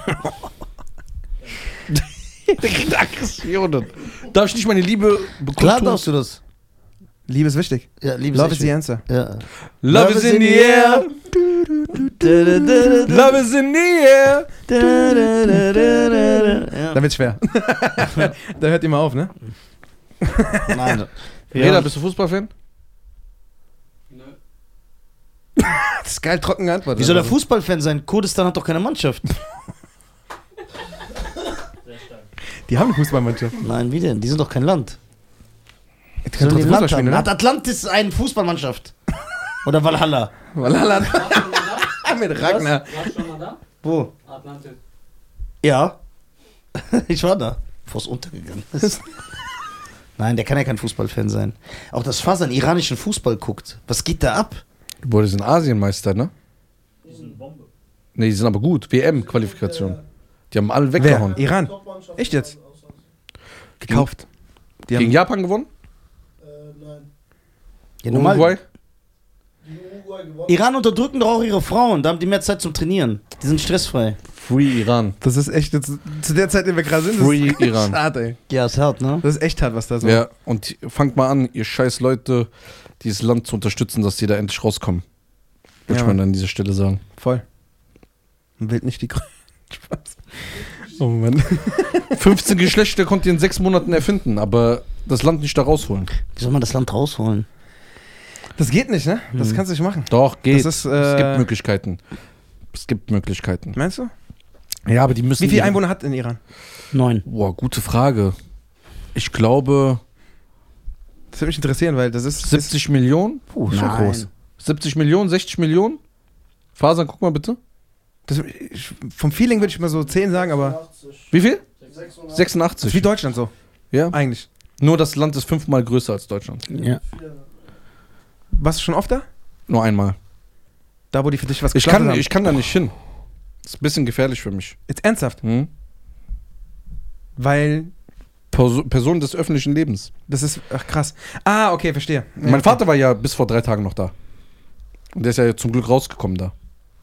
S2: der kriegt Aggressionen. Darf ich nicht meine Liebe
S1: Klar
S2: bekundtun?
S1: darfst du das.
S3: Liebe ist wichtig.
S1: Ja, liebes
S3: Love is the answer.
S1: Ja.
S2: Love is in the air. Love is in the air.
S1: Ja.
S3: Dann wird's *laughs* schwer. da hört ihr mal auf, ne?
S1: Nein.
S2: Reda, bist du Fußballfan?
S4: Nö.
S3: Das ist geil, trocken geantwortet.
S1: Wie soll der Fußballfan sein? Kurdistan hat doch keine Mannschaft.
S4: Sehr stark.
S3: Die haben eine Fußballmannschaft.
S1: Nein, wie denn? Die sind doch kein Land.
S3: Jetzt
S1: Sollen die ein Land haben? Hat
S3: oder?
S1: Atlantis eine Fußballmannschaft? Oder Valhalla?
S3: Walala.
S4: Warst du schon mal
S3: *laughs*
S4: da?
S3: Mit Ragnar.
S4: Warst du schon mal da?
S1: Wo?
S4: Atlantik.
S1: Ja. *laughs* Ich war da, bevor es untergegangen *laughs* ist. Nein, der kann ja kein Fußballfan sein. Auch dass Fasan iranischen Fußball guckt. Was geht da ab?
S2: Du wurdest in Asien Meister, ne?
S4: Das ist eine Bombe.
S2: Ne, die sind aber gut. WM-Qualifikation. Die haben alle weggehauen.
S3: Wer? Iran. Echt jetzt? Gekauft. Die
S2: Gegen
S3: haben
S2: Japan gewonnen?
S1: Ja, normal-
S2: Uruguay?
S1: Iran unterdrücken doch auch ihre Frauen. Da haben die mehr Zeit zum Trainieren. Die sind stressfrei.
S2: Free Iran.
S3: das ist echt jetzt, zu der Zeit, in der wir gerade sind, das
S2: Free
S3: ist *laughs*
S2: Iran.
S3: hart, ey.
S1: Ja, ist hart, ne?
S3: Das ist echt hart, was da so.
S2: Ja, und fangt mal an, ihr scheiß Leute, dieses Land zu unterstützen, dass die da endlich rauskommen. Würde
S3: Ja,
S2: ich mal an dieser Stelle sagen.
S3: Voll. Und wählt nicht die Grünen. *laughs* Spaß. Oh
S2: *laughs*
S3: Mann.
S2: 15 Geschlechter konnt ihr in sechs Monaten erfinden, aber das Land nicht da rausholen.
S1: Wie soll man das Land rausholen?
S3: Das geht nicht, ne? Das kannst du nicht machen.
S2: Doch, geht.
S3: Das ist,
S2: es
S3: äh,
S2: gibt Möglichkeiten. Es gibt Möglichkeiten.
S3: Meinst du?
S2: Ja, aber die müssen.
S3: Wie viele Einwohner hat in Iran?
S1: Neun.
S2: Boah, gute Frage. Ich glaube
S3: Das würde mich interessieren, weil das ist.
S2: 70 Millionen. Puh,
S1: schon Nein. groß.
S2: 70 Millionen, 60 Millionen? Fasern, guck mal bitte.
S3: Das, ich, vom Feeling würde ich mal so 10 sagen, aber.
S4: 80,
S2: Wie viel?
S4: 86,
S3: Das ist wie
S2: 86.
S3: Deutschland so,
S2: Ja.
S3: eigentlich.
S2: Nur das Land ist fünfmal größer als Deutschland.
S1: Ja.
S3: Warst du schon oft da?
S2: Nur einmal.
S3: Da, wo die für dich was
S2: Ich
S3: gestartet
S2: kann,
S3: haben?
S2: ich kann da nicht hin. Ist ein bisschen gefährlich für mich.
S3: Jetzt ernsthaft.
S2: Hm?
S3: Weil
S2: Perso Person des öffentlichen Lebens.
S3: das ist. Ach, krass. Ah, okay, verstehe. Ja,
S2: mein
S3: okay.
S2: Vater war ja bis vor drei Tagen noch da. Und der ist ja zum Glück rausgekommen da.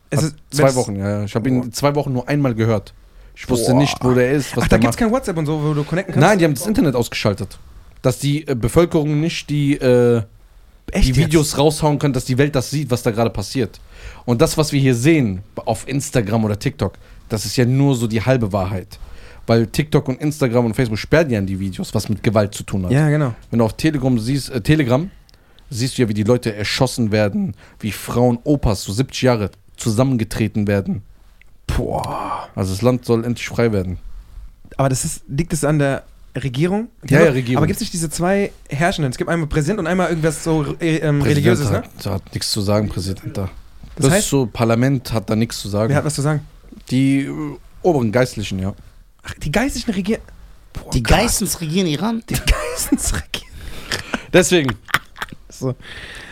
S3: Es
S2: Hat
S3: ist,
S2: zwei
S3: wenn's-
S2: Wochen, ja. ja. Ich habe ihn
S3: Boah. zwei
S2: zwei Wochen nur einmal gehört. Ich wusste
S3: Boah.
S2: nicht, wo der ist, was
S3: Ach, da
S2: der
S3: gibt's
S2: macht.
S3: kein WhatsApp und so, wo du connecten kannst?
S2: Nein, die haben das Internet ausgeschaltet. Dass die äh, Bevölkerung nicht die, äh,
S3: Echt
S2: die
S3: jetzt?
S2: Videos raushauen kann, dass die Welt das sieht, was da gerade passiert. Und das, was wir hier sehen auf Instagram oder TikTok, das ist ja nur so die halbe Wahrheit. Weil TikTok und Instagram und Facebook sperren ja die Videos, was mit Gewalt zu tun hat.
S3: Ja, genau.
S2: Wenn du auf Telegram siehst, äh, Telegram, siehst du ja, wie die Leute erschossen werden, wie Frauen, Opas, so 70 Jahre zusammengetreten werden.
S3: Boah.
S2: Also das Land soll endlich frei werden.
S3: Aber das ist, liegt es an der Regierung? Die
S2: Ja,
S3: haben
S2: ja,
S3: doch-
S2: Regierung.
S3: Aber gibt es nicht diese zwei Herrschenden? Es gibt einmal Präsident und einmal irgendwas so äh, ähm, religiöses, ne?
S2: Präsident Hat, hat nichts zu sagen, Präsident da.
S3: Das
S2: Das,
S3: heißt-
S2: ist so, Parlament hat da nichts zu sagen.
S3: Wer hat was zu sagen?
S2: die äh, oberen Geistlichen, ja.
S3: Ach, die geistlichen Regier... Boah,
S1: Die
S3: krass.
S1: Geistens regieren Iran?
S3: Die *laughs* Geistesregier.
S2: Deswegen.
S3: So.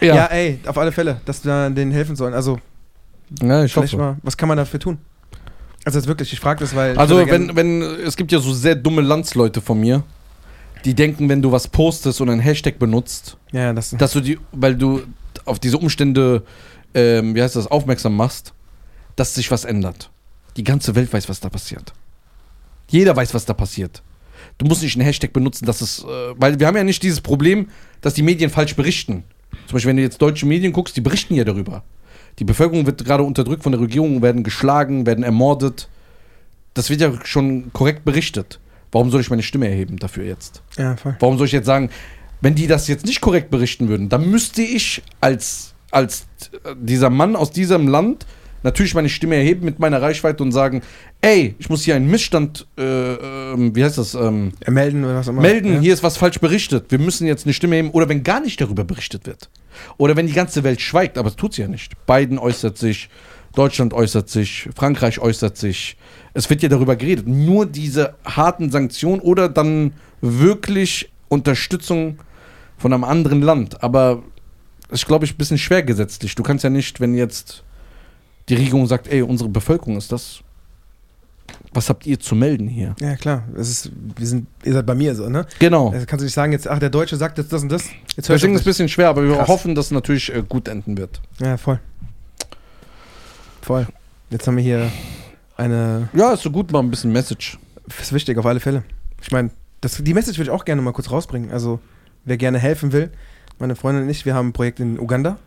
S3: Ja.
S2: Ja, ja,
S3: ey, auf alle Fälle, dass wir denen helfen sollen. Also,
S2: ich
S3: vielleicht
S2: hoffe.
S3: mal, was kann man dafür tun? Also, jetzt wirklich, ich frage das, weil.
S2: Also
S3: ich würde gerne-
S2: wenn, wenn, es gibt ja so sehr dumme Landsleute von mir, die denken, wenn du was postest und einen Hashtag benutzt,
S3: Ja, ja, das.
S2: dass du die, weil du auf diese Umstände, ähm, wie heißt das, aufmerksam machst, dass sich was ändert. Die ganze Welt weiß, was da passiert. Jeder weiß, was da passiert. Du musst nicht einen Hashtag benutzen, dass es, äh, weil wir haben ja nicht dieses Problem, dass die Medien falsch berichten. Zum Beispiel, wenn du jetzt deutsche Medien guckst, die berichten ja darüber. Die Bevölkerung wird gerade unterdrückt von der Regierung, werden geschlagen, werden ermordet. Das wird ja schon korrekt berichtet. Warum soll ich meine Stimme erheben dafür jetzt?
S3: Ja, voll.
S2: Warum soll ich jetzt sagen, wenn die das jetzt nicht korrekt berichten würden, dann müsste ich als, als äh, dieser Mann aus diesem Land natürlich meine Stimme erheben mit meiner Reichweite und sagen, ey, ich muss hier einen Missstand, äh, ähm, wie heißt das, ähm,
S3: Äh, Melden oder was auch immer.
S2: melden,
S3: ja.
S2: hier ist was falsch berichtet, wir müssen jetzt eine Stimme erheben oder wenn gar nicht darüber berichtet wird. Oder wenn die ganze Welt schweigt, aber das tut sie ja nicht. Biden äußert sich, Deutschland äußert sich, Frankreich äußert sich. Es wird ja darüber geredet. Nur diese harten Sanktionen oder dann wirklich Unterstützung von einem anderen Land. Aber das ist, glaube ich, ein bisschen schwer gesetzlich. Du kannst ja nicht, wenn jetzt die Regierung sagt, ey, unsere Bevölkerung ist das. Was habt ihr zu melden hier?
S3: Ja, klar. Es ist, wir sind, ihr seid bei mir so, ne?
S2: Genau.
S3: Also kannst du nicht sagen, jetzt, ach, der Deutsche sagt jetzt das und das. Jetzt hör ich
S2: Deswegen ist
S3: auf
S2: es ein bisschen schwer, aber wir
S3: Krass.
S2: hoffen, dass es natürlich äh, gut enden wird.
S3: das. Ja, voll. Voll. Jetzt haben wir hier eine
S2: Ja, ist so gut, mal ein bisschen Message.
S3: Ist wichtig, auf alle Fälle. Ich meine, das- die Message würde ich auch gerne mal kurz rausbringen. Also, wer gerne helfen will, meine Freundin und ich, wir haben ein Projekt in Uganda.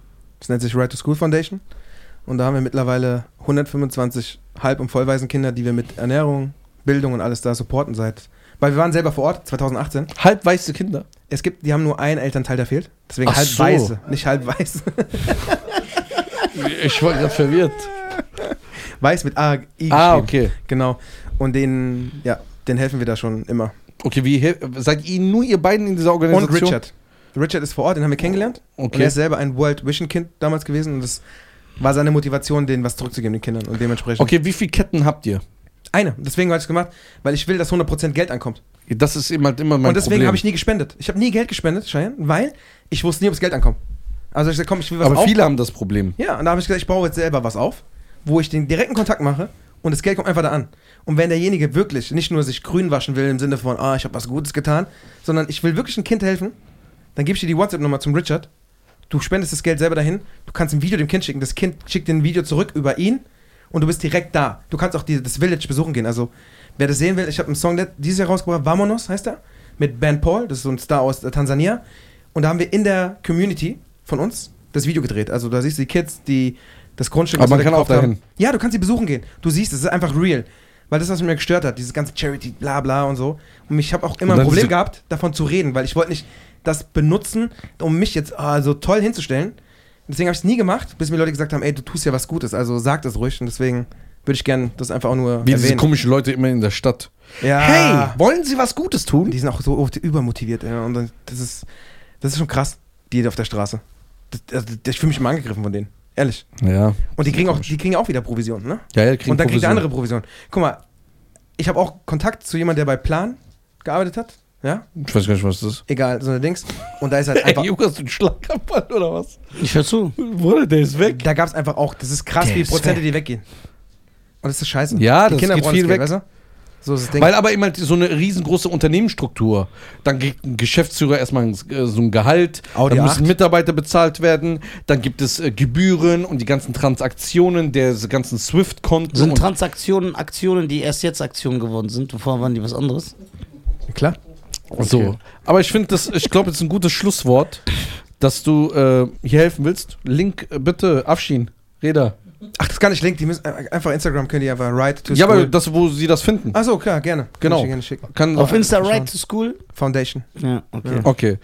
S3: Das nennt sich Right to School Foundation. Und da haben wir mittlerweile 125 halb- und vollweisen Kinder, die wir mit Ernährung, Bildung und alles da supporten seit. Weil wir waren selber vor Ort, 2018.
S2: Halbweiße Kinder.
S3: Es gibt, die haben nur einen Elternteil, der fehlt. Deswegen
S2: Ach
S3: halb
S2: so.
S3: weiße, nicht halb weiß. *laughs*
S2: Ich war gerade verwirrt.
S3: weiß mit A, I geschrieben.
S2: Ah, okay.
S3: Genau. Und denen, ja, denen helfen wir da schon immer.
S2: Okay, wie hel- seid ihr nur ihr beiden in dieser
S3: Und
S2: Organisation?
S3: Richard. Richard ist vor Ort, den haben wir kennengelernt. Und er
S2: Okay.
S3: ist selber ein World Vision Kind damals gewesen und das war seine Motivation, denen was zurückzugeben, den Kindern und dementsprechend.
S2: Okay, wie viele Ketten habt ihr?
S3: Eine. Deswegen habe ich es gemacht, weil ich will, dass 100% Geld ankommt.
S2: Das ist eben halt immer mein
S3: und deswegen
S2: Problem.
S3: habe ich nie gespendet. Ich habe nie Geld gespendet, Cheyenne, weil ich wusste nie, ob das Geld ankommt. Also ich gesagt, komm, ich will was
S2: aber viele
S3: aufbauen.
S2: haben das Problem.
S3: Ja, und da habe ich gesagt, ich baue jetzt selber was auf, wo ich den direkten Kontakt mache und das Geld kommt einfach da an. Und wenn derjenige wirklich nicht nur sich grün waschen will im Sinne von, ah, ich habe was Gutes getan, sondern ich will wirklich ein Kind helfen, dann gebe ich dir die WhatsApp-Nummer zum Richard. Du spendest das Geld selber dahin, du kannst ein Video dem Kind schicken, das Kind schickt dir ein Video zurück über ihn und du bist direkt da. Du kannst auch die, das Village besuchen gehen. Also, wer das sehen will, ich habe einen Song let- dieses Jahr rausgebracht, Vamonos heißt er, mit Ben Paul, das ist so ein Star aus äh, Tansania. Und da haben wir in der Community von uns das Video gedreht. Also, da siehst du die Kids, die das Grundstück
S2: Aber
S3: was
S2: man
S3: wir
S2: kann auch
S3: gekauft haben.
S2: dahin.
S3: Ja, du kannst sie besuchen gehen. Du siehst, es ist einfach real. Weil das, was mich mir gestört hat, dieses ganze Charity, bla bla und so. Und ich habe auch immer
S2: Und
S3: ein
S2: dann
S3: Problem
S2: diese-
S3: gehabt, davon zu reden, weil ich wollte nicht das benutzen, um mich jetzt ah, so toll hinzustellen. Deswegen habe ich es nie gemacht, bis mir Leute gesagt haben, ey, du tust ja was Gutes, also sag das ruhig. Und deswegen würde ich gerne das einfach auch nur
S2: Wie diese
S3: erwähnen.
S2: komischen Leute immer in der Stadt.
S3: ja.
S2: Hey, wollen Sie was Gutes tun?
S3: Die sind auch so oft übermotiviert. Ja. Und dann- das ist, das ist schon krass, die auf der Straße. Das, das, das, ich fühle mich immer angegriffen von denen. Ehrlich.
S2: Ja.
S3: Und die kriegen auch,
S2: komisch.
S3: die kriegen auch wieder Provision, ne?
S2: Ja, ja, kriegen
S3: und dann kriegt der
S2: Provision.
S3: andere Provision. Guck mal, ich habe auch Kontakt zu jemandem, der bei Plan gearbeitet hat. Ja?
S2: Ich weiß gar nicht, was das ist.
S3: Egal, so eine Dings. Und da ist
S2: *laughs*
S3: halt einfach.
S2: Junge, hast du einen Schlagabfall oder was?
S1: Ich hör zu.
S2: Bruder, der ist weg.
S3: da gab es einfach auch, das ist krass,
S2: Der
S3: wie
S2: ist
S3: Prozente, die weggehen. Und das ist scheiße.
S2: Ja,
S3: die
S2: das
S3: Kinder
S2: geht
S3: brauchen
S2: viel
S3: Geld,
S2: weg.
S3: Weißt du? So ist das Ding.
S2: Weil aber immer so eine riesengroße Unternehmensstruktur. Dann gibt ein Geschäftsführer erstmal ein, äh, so ein Gehalt,
S3: Audi
S2: dann
S3: 8.
S2: müssen Mitarbeiter bezahlt werden, dann gibt es äh, Gebühren und die ganzen Transaktionen, der diese ganzen Swift-Konten.
S1: Sind
S2: und-
S1: Transaktionen Aktionen, die erst jetzt Aktionen geworden sind? Vorher waren die was anderes?
S3: Klar.
S2: So. Aber ich finde das, ich glaube, das ist ein gutes Schlusswort, dass du äh, hier helfen willst. Link äh, bitte, Afshin, Reda.
S3: Ach, das kann ich linken. Die müssen äh, einfach Instagram können die einfach right to
S2: Ja,
S3: school.
S2: aber das, wo sie das finden.
S3: Ach so, klar, gerne. Kann
S2: Genau.
S3: ich dir gerne schicken.
S2: Kann,
S1: Auf Insta
S3: schauen.
S1: Right to School?
S3: Foundation.
S1: Ja, okay.
S2: okay.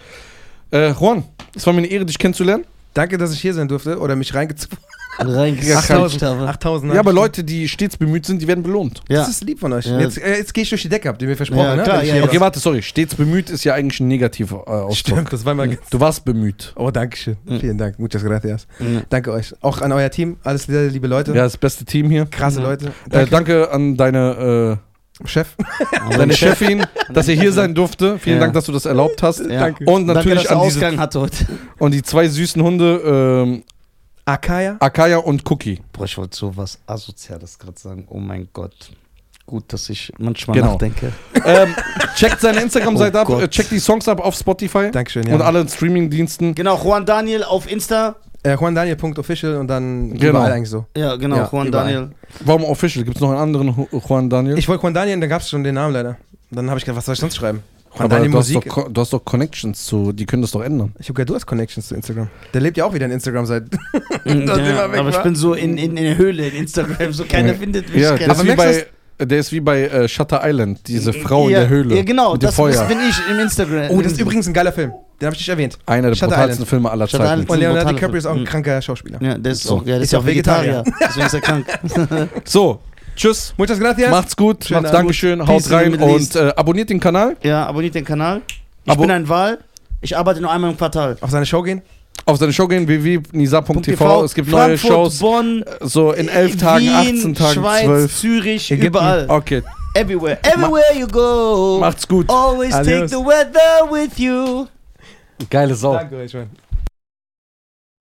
S2: Äh, Juan, es war mir eine Ehre, dich kennenzulernen.
S3: Danke, dass ich hier sein durfte oder mich reingezogen
S1: Reingequatscht habe.
S3: 8000.
S2: Ja, aber Leute, die stets bemüht sind, die werden belohnt.
S1: Ja.
S3: Das ist lieb von euch.
S1: Ja.
S3: Jetzt, äh, jetzt gehe ich durch die Decke ab, die mir versprochen
S1: Ja,
S3: ne?
S1: klar,
S3: Wenn ich
S1: ja,
S3: hier
S1: ja.
S2: Okay,
S3: war.
S2: warte, sorry. Stets bemüht ist ja eigentlich ein negativer äh, Ausdruck.
S3: Stimmt, das war mal.
S2: Du warst bemüht.
S3: Oh, danke schön.
S1: Mhm.
S3: Vielen Dank. Muchas gracias.
S1: Mhm.
S3: Danke euch. Auch an euer Team. Alles sehr liebe Leute.
S2: Ja, das beste Team hier.
S3: Krasse
S1: Mhm.
S3: Leute.
S2: Danke, äh, danke an deine,
S3: Chef.
S2: äh, deine Chefin, dass ihr hier sein durfte. Vielen
S1: Ja.
S2: Dank, dass du das erlaubt hast.
S1: Ja.
S3: Danke.
S2: Und
S1: Danke,
S2: natürlich
S1: dass
S2: an
S1: der
S2: diese
S1: Ausgang hatte heute.
S2: Und die zwei süßen Hunde, ähm,
S3: Akaya.
S2: Akaya und Cookie.
S1: Boah, ich wollte so was Asoziales gerade sagen. Oh mein Gott. Gut, dass ich manchmal
S2: Genau.
S1: nachdenke.
S2: ähm, checkt seine Instagram-Seite
S1: Oh
S2: ab,
S1: Gott.
S2: äh, checkt die Songs ab auf Spotify
S3: Dankeschön.
S2: und alle Streaming-Diensten.
S1: Genau, Juan Daniel auf Insta.
S3: Äh, juandaniel.official und dann
S2: Genau.
S3: überall eigentlich so.
S1: Ja, genau,
S3: Ja,
S1: Juan
S3: überall.
S1: *laughs* Daniel.
S2: Warum Official? Gibt es noch einen anderen Ju- Juan Daniel?
S3: Ich wollte Juan Daniel, da gab es schon den Namen leider. Dann habe ich gedacht, was soll ich sonst schreiben? Juan
S2: Aber
S3: Daniel
S2: du hast, doch,
S3: Musik.
S2: Ko- du hast doch Connections zu, die können das doch ändern.
S3: Ich habe gehört, du hast Connections zu Instagram. Der lebt ja auch wieder in Instagram seit. *laughs*
S1: Mhm,
S3: Nachdem
S1: ja,
S3: er weg
S1: aber ich
S3: war.
S1: bin so in, in, in der Höhle in Instagram, so keiner findet mich.
S2: Ja, der
S1: keiner.
S2: ist, wie
S3: merkst
S2: bei, der ist wie bei äh, Shutter Island, diese Frau in
S1: ja,
S2: der Höhle.
S1: Ja, genau,
S2: mit dem
S1: das,
S2: Feuer.
S1: das bin ich im Instagram.
S3: Oh, das ist übrigens ein geiler Film. Den habe ich nicht erwähnt.
S2: Einer der
S3: Shutter
S2: brutalsten
S3: Island.
S2: Filme aller
S1: Shutter
S2: Zeiten.
S1: Island.
S3: Und Leonardo
S1: brutaler
S3: DiCaprio ist auch ein
S1: Film.
S3: kranker Schauspieler.
S1: Ja, der ist auch, ja, der
S3: Ist
S1: ist auch
S3: auch Vegetarier.
S1: Vegetarier. Deswegen ist er krank.
S2: So, tschüss.
S3: Muchas gracias.
S2: Macht's gut.
S3: Schönen Abend.
S2: Dankeschön. Haut
S1: Peace in the
S2: rein
S1: Middle
S2: und
S1: East.
S2: äh, abonniert den Kanal.
S1: Ja, abonniert den Kanal. Ich
S2: Abo-
S1: bin ein Wal. Ich arbeite nur einmal im Quartal.
S3: Auf seine Show gehen.
S2: Auf seine Show gehen, www.nisa.tv. Es gibt neue
S1: Frankfurt,
S2: Shows.
S1: Bonn,
S2: So in elf Tagen,
S1: Wien,
S2: 18 Tagen,
S1: Schweiz,
S2: 12.
S1: Zürich,
S3: Ägypten.
S1: überall.
S2: Okay,
S1: Everywhere.
S2: Oh,
S1: Everywhere you go.
S2: macht's gut.
S1: Always
S3: Adios.
S1: take the weather with you.
S2: Geile Sau.
S3: euch, Mann.